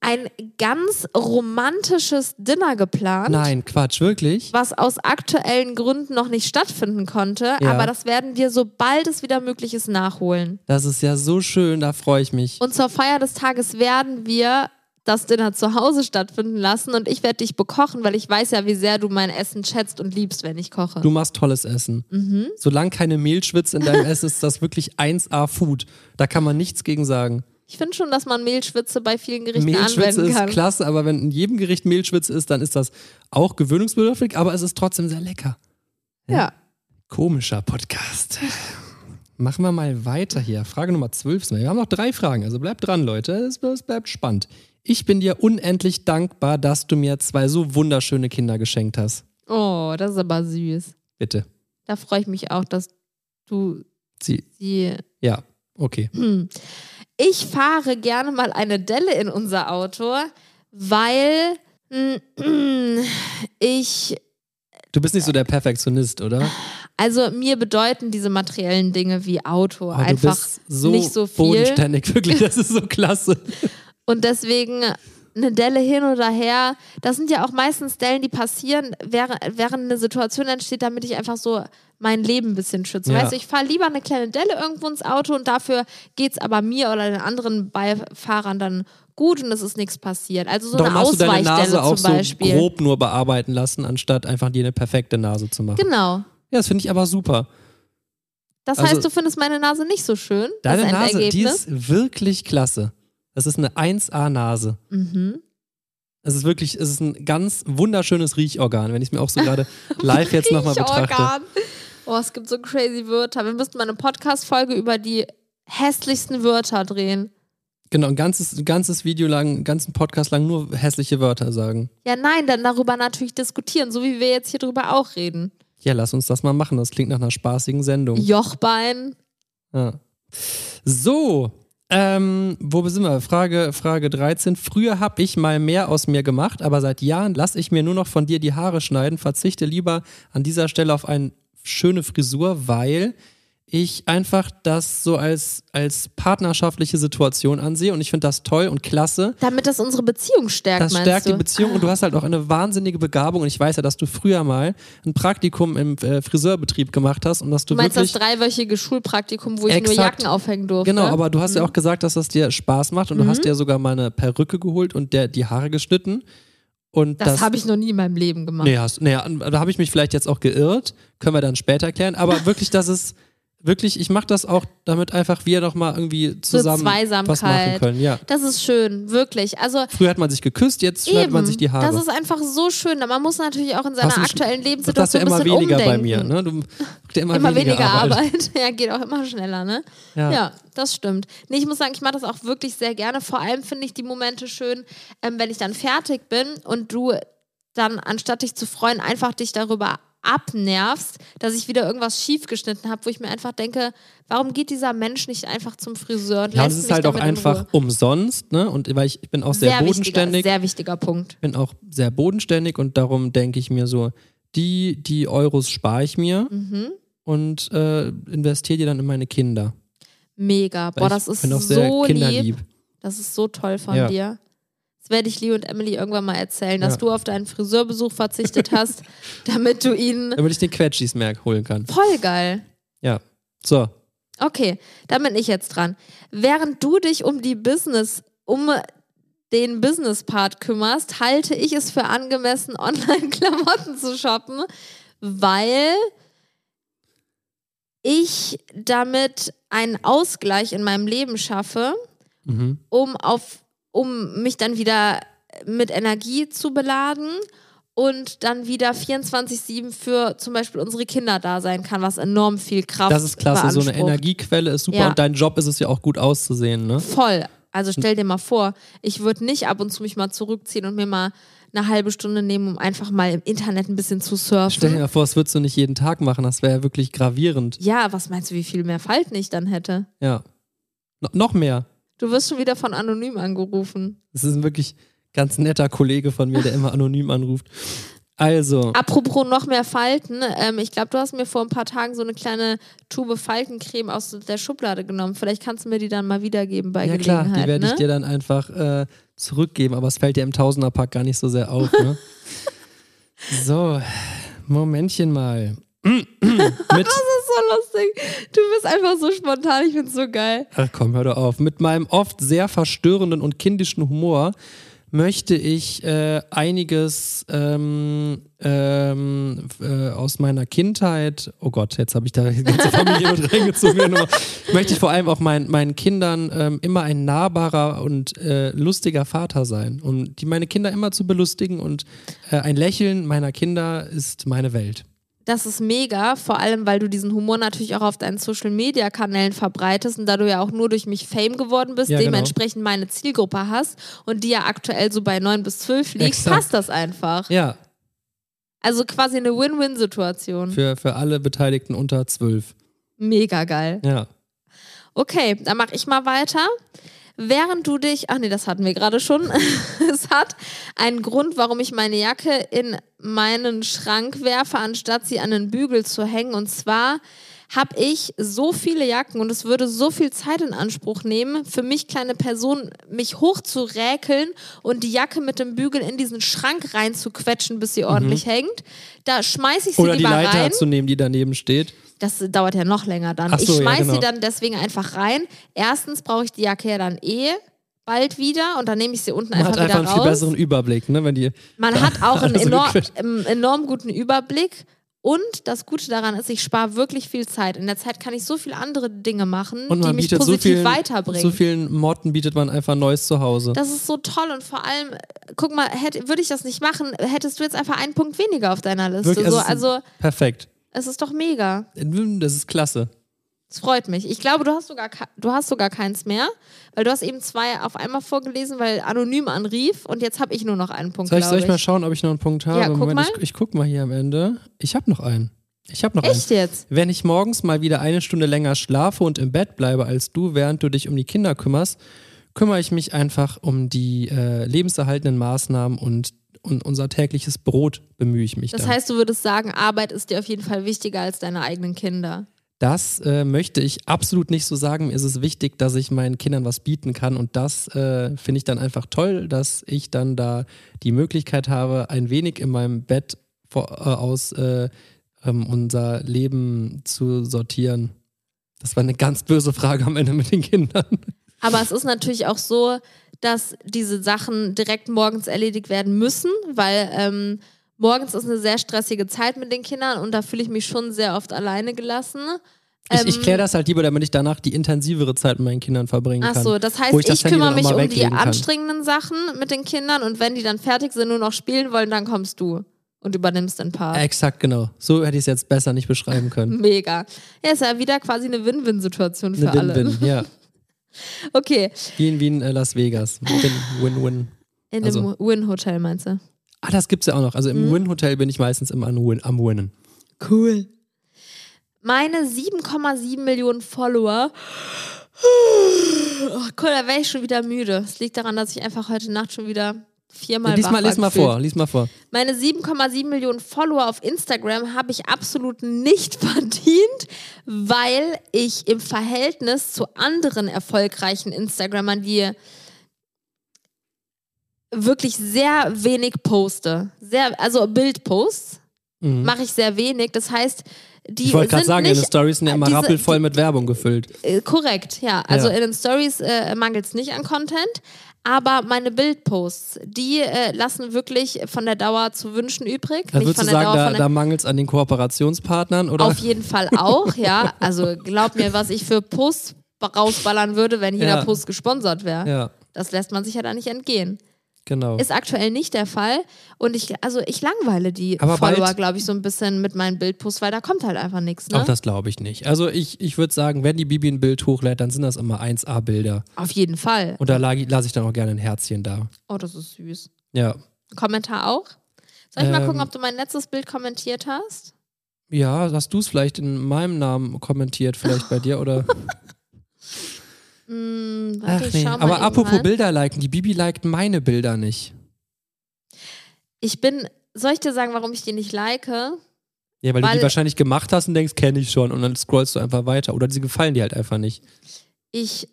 ein ganz romantisches Dinner geplant. Nein, Quatsch, wirklich? Was aus aktuellen Gründen noch nicht stattfinden konnte, Ja. aber das werden wir, sobald es wieder möglich ist, nachholen. Das ist ja so schön, da freue ich mich. Und zur Feier des Tages werden wir das Dinner zu Hause stattfinden lassen und ich werde dich bekochen, weil ich weiß ja, wie sehr du mein Essen schätzt und liebst, wenn ich koche. Du machst tolles Essen. Mhm. Solange keine Mehlschwitze in deinem Essen ist, das wirklich 1A Food. Da kann man nichts gegen sagen. Ich finde schon, dass man Mehlschwitze bei vielen Gerichten Mehlschwitze anwenden kann. ist klasse, aber wenn in jedem Gericht Mehlschwitze ist, dann ist das auch gewöhnungsbedürftig, aber es ist trotzdem sehr lecker. Ja. Komischer Podcast. Machen wir mal weiter hier. Frage Nummer 12. Wir haben noch drei Fragen, also bleibt dran, Leute. Es, es bleibt spannend. Ich bin dir unendlich dankbar, dass du mir zwei so wunderschöne Kinder geschenkt hast. Oh, das ist aber süß. Bitte. Da freue ich mich auch, dass du Sie. sie. Ja, okay. Hm. Ich fahre gerne mal eine Delle in unser Auto, weil hm, <clears throat> ich, Du bist nicht so der Perfektionist, oder? also mir bedeuten diese materiellen Dinge wie Auto Aber du einfach bist so, nicht so viel. bodenständig, <laughs> wirklich. Das ist so klasse. Und deswegen eine Delle hin oder her. Das sind ja auch meistens Dellen, die passieren, während, während eine Situation entsteht, damit ich einfach so mein Leben ein bisschen schütze. Ja. Weißt du, ich fahre lieber eine kleine Delle irgendwo ins Auto und dafür geht es aber mir oder den anderen Beifahrern dann gut und es ist nichts passiert. Also so Darum eine hast du deine Ausweichdelle Nase auch zum so Beispiel. grob nur bearbeiten lassen, anstatt einfach dir eine perfekte Nase zu machen. Genau. Ja, das finde ich aber super. Das Also- heißt, du findest meine Nase nicht so schön. Deine das Nase, die Endergebnis. ist wirklich klasse. Das ist eine 1A-Nase. mhm. Es ist wirklich, es ist ein ganz wunderschönes Riechorgan, wenn ich es mir auch so <laughs> gerade live jetzt nochmal betrachte. Riechorgan. Oh, es gibt so crazy Wörter. Wir müssten mal eine Podcast-Folge über die hässlichsten Wörter drehen. Genau, ein ganzes, ein ganzes Video lang, einen ganzen Podcast lang nur hässliche Wörter sagen. Ja, nein, dann darüber natürlich diskutieren, so wie wir jetzt hier drüber auch reden. Ja, lass uns das mal machen. Das klingt nach einer spaßigen Sendung. Jochbein. Ja. So, ähm, wo sind wir? Frage, Frage 13. Früher habe ich mal mehr aus mir gemacht, aber seit Jahren lasse ich mir nur noch von dir die Haare schneiden, verzichte lieber an dieser Stelle auf eine schöne Frisur, weil ich einfach das so als, als partnerschaftliche Situation ansehe und ich finde das toll und klasse. Damit das unsere Beziehung stärkt, Das meinst stärkt du? die Beziehung und du hast halt auch eine wahnsinnige Begabung und ich weiß ja, dass du früher mal ein Praktikum im äh, Friseurbetrieb gemacht hast und dass du du meinst das wirklich dreiwöchige Schulpraktikum, wo ich nur Exakt. Jacken aufhängen durfte? Genau, aber du hast Mhm. ja auch gesagt, dass das dir Spaß macht und du hast dir sogar mal eine Perücke geholt und der, die Haare geschnitten. Und Das, das, habe ich noch nie in meinem Leben gemacht. Nee, hast, nee, an- da habe ich mich vielleicht jetzt auch geirrt. Können wir dann später <laughs> erklären. Aber wirklich, das ist wirklich, ich mache das auch, damit einfach wir doch mal irgendwie zusammen was machen Zweisamkeit. können. Ja. Das ist schön, wirklich. Also Früher hat man sich geküsst, jetzt schneidet Eben, man sich die Haare. das ist einfach so schön. Man muss natürlich auch in seiner Hast du- aktuellen Wird das ja Lebenssituation ein immer bisschen weniger umdenken. bei mir. Ne? Du machst ja immer, Immer weniger, Arbeit. <laughs> Ja, geht auch immer schneller, ne? Ja. Ja, das stimmt. Nee, ich muss sagen, ich mache das auch wirklich sehr gerne. Vor allem finde ich die Momente schön, ähm, wenn ich dann fertig bin und du dann, anstatt dich zu freuen, einfach dich darüber abnervst, dass ich wieder irgendwas schief geschnitten habe, wo ich mir einfach denke, warum geht dieser Mensch nicht einfach zum Friseur und Ja, und lässt es ist mich halt auch damit in einfach Ruhe? umsonst, ne? Und weil ich, ich bin auch sehr, bodenständig. Wichtiger, sehr wichtiger Punkt. bin auch sehr bodenständig und darum denke ich mir so, die, die Euros spare ich mir Mhm. und äh, investiere die dann in meine Kinder. Mega. Weil Boah, ich das ist bin auch sehr so lieb. kinderlieb. Das ist so toll von Ja. dir. Das werde ich Lee und Emily irgendwann mal erzählen, dass Ja. du auf deinen Friseurbesuch <laughs> verzichtet hast, damit du ihn. Damit ich den Quetschis merk holen kann. Voll geil. Ja. So. Okay, dann bin ich jetzt dran. Während du dich um die Business, um den Business-Part kümmerst, halte ich es für angemessen, <laughs> Online-Klamotten zu shoppen, weil ich damit einen Ausgleich in meinem Leben schaffe. Mhm. um auf, um mich dann wieder mit Energie zu beladen und dann wieder 24-7 für zum Beispiel unsere Kinder da sein kann, was enorm viel Kraft Das ist klasse. So eine beansprucht. Energiequelle ist super Ja. und dein Job ist es ja auch gut auszusehen, ne? Voll. Also stell dir mal vor, ich würde nicht ab und zu mich mal zurückziehen und mir mal eine halbe Stunde nehmen, um einfach mal im Internet ein bisschen zu Stell dir surfen. mal vor, das würdest du nicht jeden Tag machen. Das wäre ja wirklich gravierend. Ja, was meinst du, wie viel mehr Falten ich dann hätte? Ja. No noch mehr. Du wirst schon wieder von anonym angerufen. Das ist ein wirklich ganz netter Kollege von mir, der immer anonym anruft. Also. Apropos noch mehr Falten, ähm, ich glaube, du hast mir vor ein paar Tagen so eine kleine Tube Faltencreme aus der Schublade genommen. Vielleicht kannst du mir die dann mal wiedergeben bei Ja klar, Gelegenheit. die werde ich ne? dir dann einfach äh, zurückgeben, aber es fällt dir im Tausenderpack gar nicht so sehr auf. <laughs> Ne? so, Momentchen mal. <clears throat> <laughs> Mit, so lustig. Du bist einfach so spontan, ich find's so geil. ach komm, hör doch auf. Mit meinem oft sehr verstörenden und kindischen Humor möchte ich äh, einiges ähm, ähm, f- äh, aus meiner Kindheit, oh Gott, jetzt habe ich da die ganze Familie mit <laughs> reingezogen, Ja, nochmal. möchte ich vor allem auch mein, meinen Kindern ähm, immer ein nahbarer und äh, lustiger Vater sein, um die meine Kinder immer zu belustigen und äh, ein Lächeln meiner Kinder ist meine Welt. Das ist mega, vor allem weil du diesen Humor natürlich auch auf deinen Social-Media-Kanälen verbreitest und da du ja auch nur durch mich Fame geworden bist, Ja, genau. dementsprechend meine Zielgruppe hast und die ja aktuell so bei 9 bis 12 liegt, Exakt. passt das einfach. Ja, Also quasi eine Win-Win-Situation. für, für alle Beteiligten unter zwölf. Mega geil. Ja. Okay, dann mache ich mal weiter. Während du dich, ach nee, das hatten wir gerade schon. <laughs> es hat einen Grund, warum ich meine Jacke in meinen Schrank werfe, anstatt sie an den Bügel zu hängen. Und zwar habe ich so viele Jacken und es würde so viel Zeit in Anspruch nehmen, für mich kleine Person, mich hochzuräkeln und die Jacke mit dem Bügel in diesen Schrank reinzuquetschen, bis sie ordentlich hängt. Da schmeiße ich sie Mhm. Oder die lieber Leiter rein. zu nehmen, die daneben steht. Das dauert ja noch länger dann. Ach so, ich ja, schmeiß genau. sie dann deswegen einfach rein. Erstens brauche ich die Jacke ja dann eh bald wieder und dann nehme ich sie unten Man einfach hat einfach einen wieder viel raus. besseren Überblick, ne? Wenn die. Man hat auch <laughs> einen Alles so enorm, gequetscht. ähm, enorm guten Überblick. Und das Gute daran ist, ich spare wirklich viel Zeit. In der Zeit kann ich so viele andere Dinge machen, Und die man mich bietet so positiv vielen, weiterbringen. so vielen Motten bietet man einfach ein neues Zuhause. das ist so toll und vor allem, äh, guck mal, hätte, würde ich das nicht machen, hättest du jetzt einfach einen Punkt weniger auf deiner Liste. Wirklich, so, es ist- also, Perfekt. es ist doch mega. Das ist klasse. Es freut mich. Ich glaube, du hast sogar ke- du hast sogar keins mehr, weil du hast eben zwei auf einmal vorgelesen, weil anonym anrief und jetzt habe ich nur noch einen Punkt, Soll ich, glaube soll ich. ich mal schauen, ob ich noch einen Punkt habe? guck Moment, mal. Ich, ich guck mal hier am Ende. Ich habe noch einen. Ich habe noch einen. Echt jetzt? Wenn ich morgens mal wieder eine Stunde länger schlafe und im Bett bleibe als du, während du dich um die Kinder kümmerst, kümmere ich mich einfach um die äh, lebenserhaltenden Maßnahmen und, und unser tägliches Brot bemühe ich mich. Das dann. heißt, du würdest sagen, Arbeit ist dir auf jeden Fall wichtiger als deine eigenen Kinder. das äh, möchte ich absolut nicht so sagen. Mir ist es wichtig, dass ich meinen Kindern was bieten kann und das äh, finde ich dann einfach toll, dass ich dann da die Möglichkeit habe, ein wenig in meinem Bett vor, äh, aus äh, ähm, unser Leben zu sortieren. Das war eine ganz böse Frage am Ende mit den Kindern. Aber es ist natürlich auch so, dass diese Sachen direkt morgens erledigt werden müssen, weil ähm, morgens ist eine sehr stressige Zeit mit den Kindern und da fühle ich mich schon sehr oft alleine gelassen. Ich, ich Ähm, kläre das halt lieber, damit ich danach die intensivere Zeit mit meinen Kindern verbringen Ach kann. so, das heißt, wo ich, das Handy kümmere dann auch mich mal um die weglegen kann. anstrengenden Sachen mit den Kindern und wenn die dann fertig sind, nur noch spielen wollen, dann kommst du und übernimmst den Part. Exakt, genau. So hätte ich es jetzt besser nicht <laughs> beschreiben können. Mega. Ja, ist ja wieder quasi eine Win-Win-Situation für Eine alle. Win-Win, ja. <laughs> Okay, Wie in, wie in äh, Las Vegas. Win- Win-Win. in Also- dem Win-Hotel meinst du? Ah, das gibt's ja auch noch. Also im Win-Hotel bin ich meistens immer an Win, am Winnen. Mhm. Cool. Meine 7,7 Millionen Follower. Oh, cool, da wäre ich schon wieder müde. Es liegt daran, dass ich einfach heute Nacht schon wieder viermal Lies mal, wach war lies mal gefühlt. vor, lies mal vor. Meine 7,7 Millionen Follower auf Instagram habe ich absolut nicht <laughs> verdient, weil ich im Verhältnis zu anderen erfolgreichen Instagrammern, die wirklich sehr wenig poste, sehr, also Bildposts mache ich sehr wenig. Das heißt, die Mhm. Ich wollte gerade sind sagen, nicht deine Stories sind ja immer diese- rappelvoll mit Werbung gefüllt. äh, korrekt, ja. Also Ja. in den Stories äh, mangelt es nicht an Content, aber meine Bildposts, die äh, lassen wirklich von der Dauer zu wünschen übrig. Da nicht Also würdest von du der sagen, Dauer, da, von der da mangelt es an den Kooperationspartnern? Oder? auf jeden Fall auch, ja. Also glaub mir, was ich für Posts ba- rausballern würde, wenn jeder Ja. Post gesponsert wäre. ja, Das lässt man sich ja da nicht entgehen. genau. Ist aktuell nicht der Fall. Und ich, also ich langweile die Aber bald- Follower, glaube ich, so ein bisschen mit meinen Bildposts, weil da kommt halt einfach nichts. Auch Ne? das glaube ich nicht. Also ich, ich würde sagen, wenn die Bibi ein Bild hochlädt, dann sind das immer 1A-Bilder. Auf jeden Fall. Und da lasse ich dann auch gerne ein Herzchen da. Oh, das ist süß. Ja. Kommentar auch? Soll ich mal Ähm. gucken, ob du mein letztes Bild kommentiert hast? Ja, hast du es vielleicht in meinem Namen kommentiert, vielleicht bei dir oder? Hm, warte, ich schau mal Aber eben apropos rein. Bilder liken, die Bibi liked meine Bilder nicht. Ich bin, soll ich dir sagen, warum ich die nicht like? Ja, weil, Weil- du die wahrscheinlich gemacht hast und denkst, kenne ich schon und dann scrollst du einfach weiter oder sie gefallen dir halt einfach nicht. ich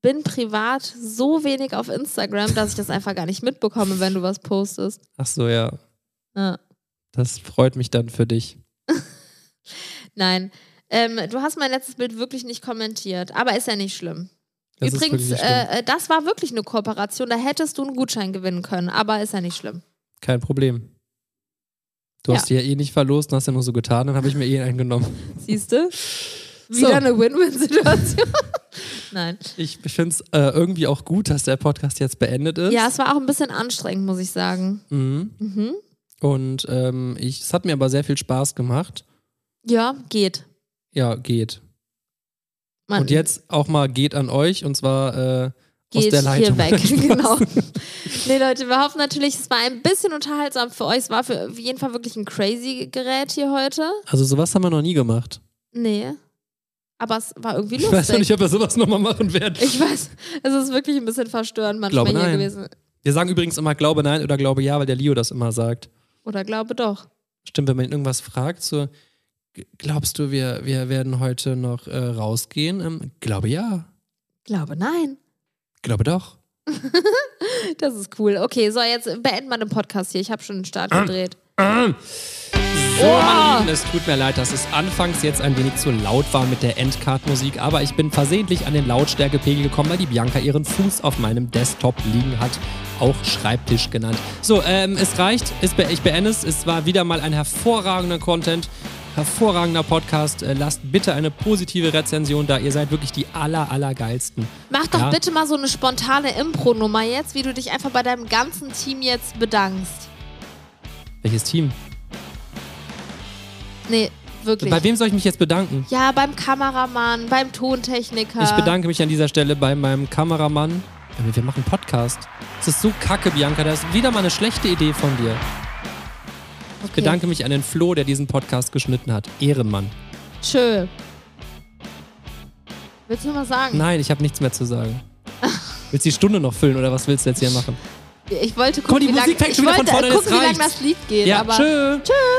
bin privat so wenig auf Instagram, dass ich das einfach gar nicht mitbekomme, wenn du was postest. Ach so, ja. Ja. Das freut mich dann für dich. Nein. Ähm, du hast mein letztes Bild wirklich nicht kommentiert, aber ist ja nicht schlimm. Das ist Übrigens, wirklich nicht schlimm. äh, äh, das war wirklich eine Kooperation, da hättest du einen Gutschein gewinnen können, aber ist ja nicht schlimm. Kein Problem. Du ja. hast die ja eh nicht verlost und hast ja nur so getan, dann habe ich mir eh <laughs> einen genommen. Siehst du? Wieder eine Win-Win-Situation. <laughs> Nein. Ich finde es äh, irgendwie auch gut, dass der Podcast jetzt beendet ist. Ja, es war auch ein bisschen anstrengend, muss ich sagen. Mhm. Mhm. Und ähm, ich, es hat mir aber sehr viel Spaß gemacht. Ja, geht. Ja, geht. Man Und jetzt auch mal geht an euch und zwar äh, aus geht der Leitung. hier weg. <laughs> <laughs> genau. Nee, Leute, wir hoffen natürlich, es war ein bisschen unterhaltsam für euch. Es war für auf jeden Fall wirklich ein crazy Gerät hier heute. Also sowas haben wir noch nie gemacht. Nee. Aber es war irgendwie Ich weiß lustig. noch nicht, ob wir sowas nochmal machen werden. Ich weiß, es ist wirklich ein bisschen verstörend manchmal Glaube hier nein. gewesen. Wir sagen übrigens immer Glaube nein oder Glaube ja, weil der Leo das immer sagt. Oder glaube doch. Stimmt, wenn man ihn irgendwas fragt, so g- glaubst du, wir, wir werden heute noch äh, rausgehen? Ähm, glaube ja. Glaube nein. Glaube doch. Das ist cool. Okay, so, jetzt beenden wir den Podcast hier. Ich habe schon den <clears throat> Start gedreht. So, meine Lieben, es tut mir leid, dass es anfangs jetzt ein wenig zu laut war mit der Endcard-Musik, aber ich bin versehentlich an den Lautstärkepegel gekommen, weil die Bianca ihren Fuß auf meinem Desktop liegen hat, auch Schreibtisch genannt. So, ähm, es reicht, es be ich beende es. Es war wieder mal ein hervorragender Content, hervorragender Podcast. Äh, lasst bitte eine positive Rezension da, ihr seid wirklich die aller, allergeilsten. Mach doch Ja. bitte mal so eine spontane Impro-Nummer jetzt, wie du dich einfach bei deinem ganzen Team jetzt bedankst. Welches Team? Nee, wirklich. Bei wem soll ich mich jetzt bedanken? ja, beim Kameramann, beim Tontechniker. Ich bedanke mich an dieser Stelle bei meinem Kameramann. Aber Wir machen Podcast. Es ist so kacke, Bianca. Das ist wieder mal eine schlechte Idee von dir. okay. Ich bedanke mich an den Flo, der diesen Podcast geschnitten hat. Ehrenmann. Tschö. Willst du noch was sagen? Nein, ich habe nichts mehr zu sagen. Willst du die Stunde noch füllen oder was willst du jetzt hier machen? Ich wollte mal, gucken, die wie lange Musik fängt ich schon wieder wollte von vorne an, gucken, das wie lange reicht. das Lied geht. Ja, aber tschö. Tschö.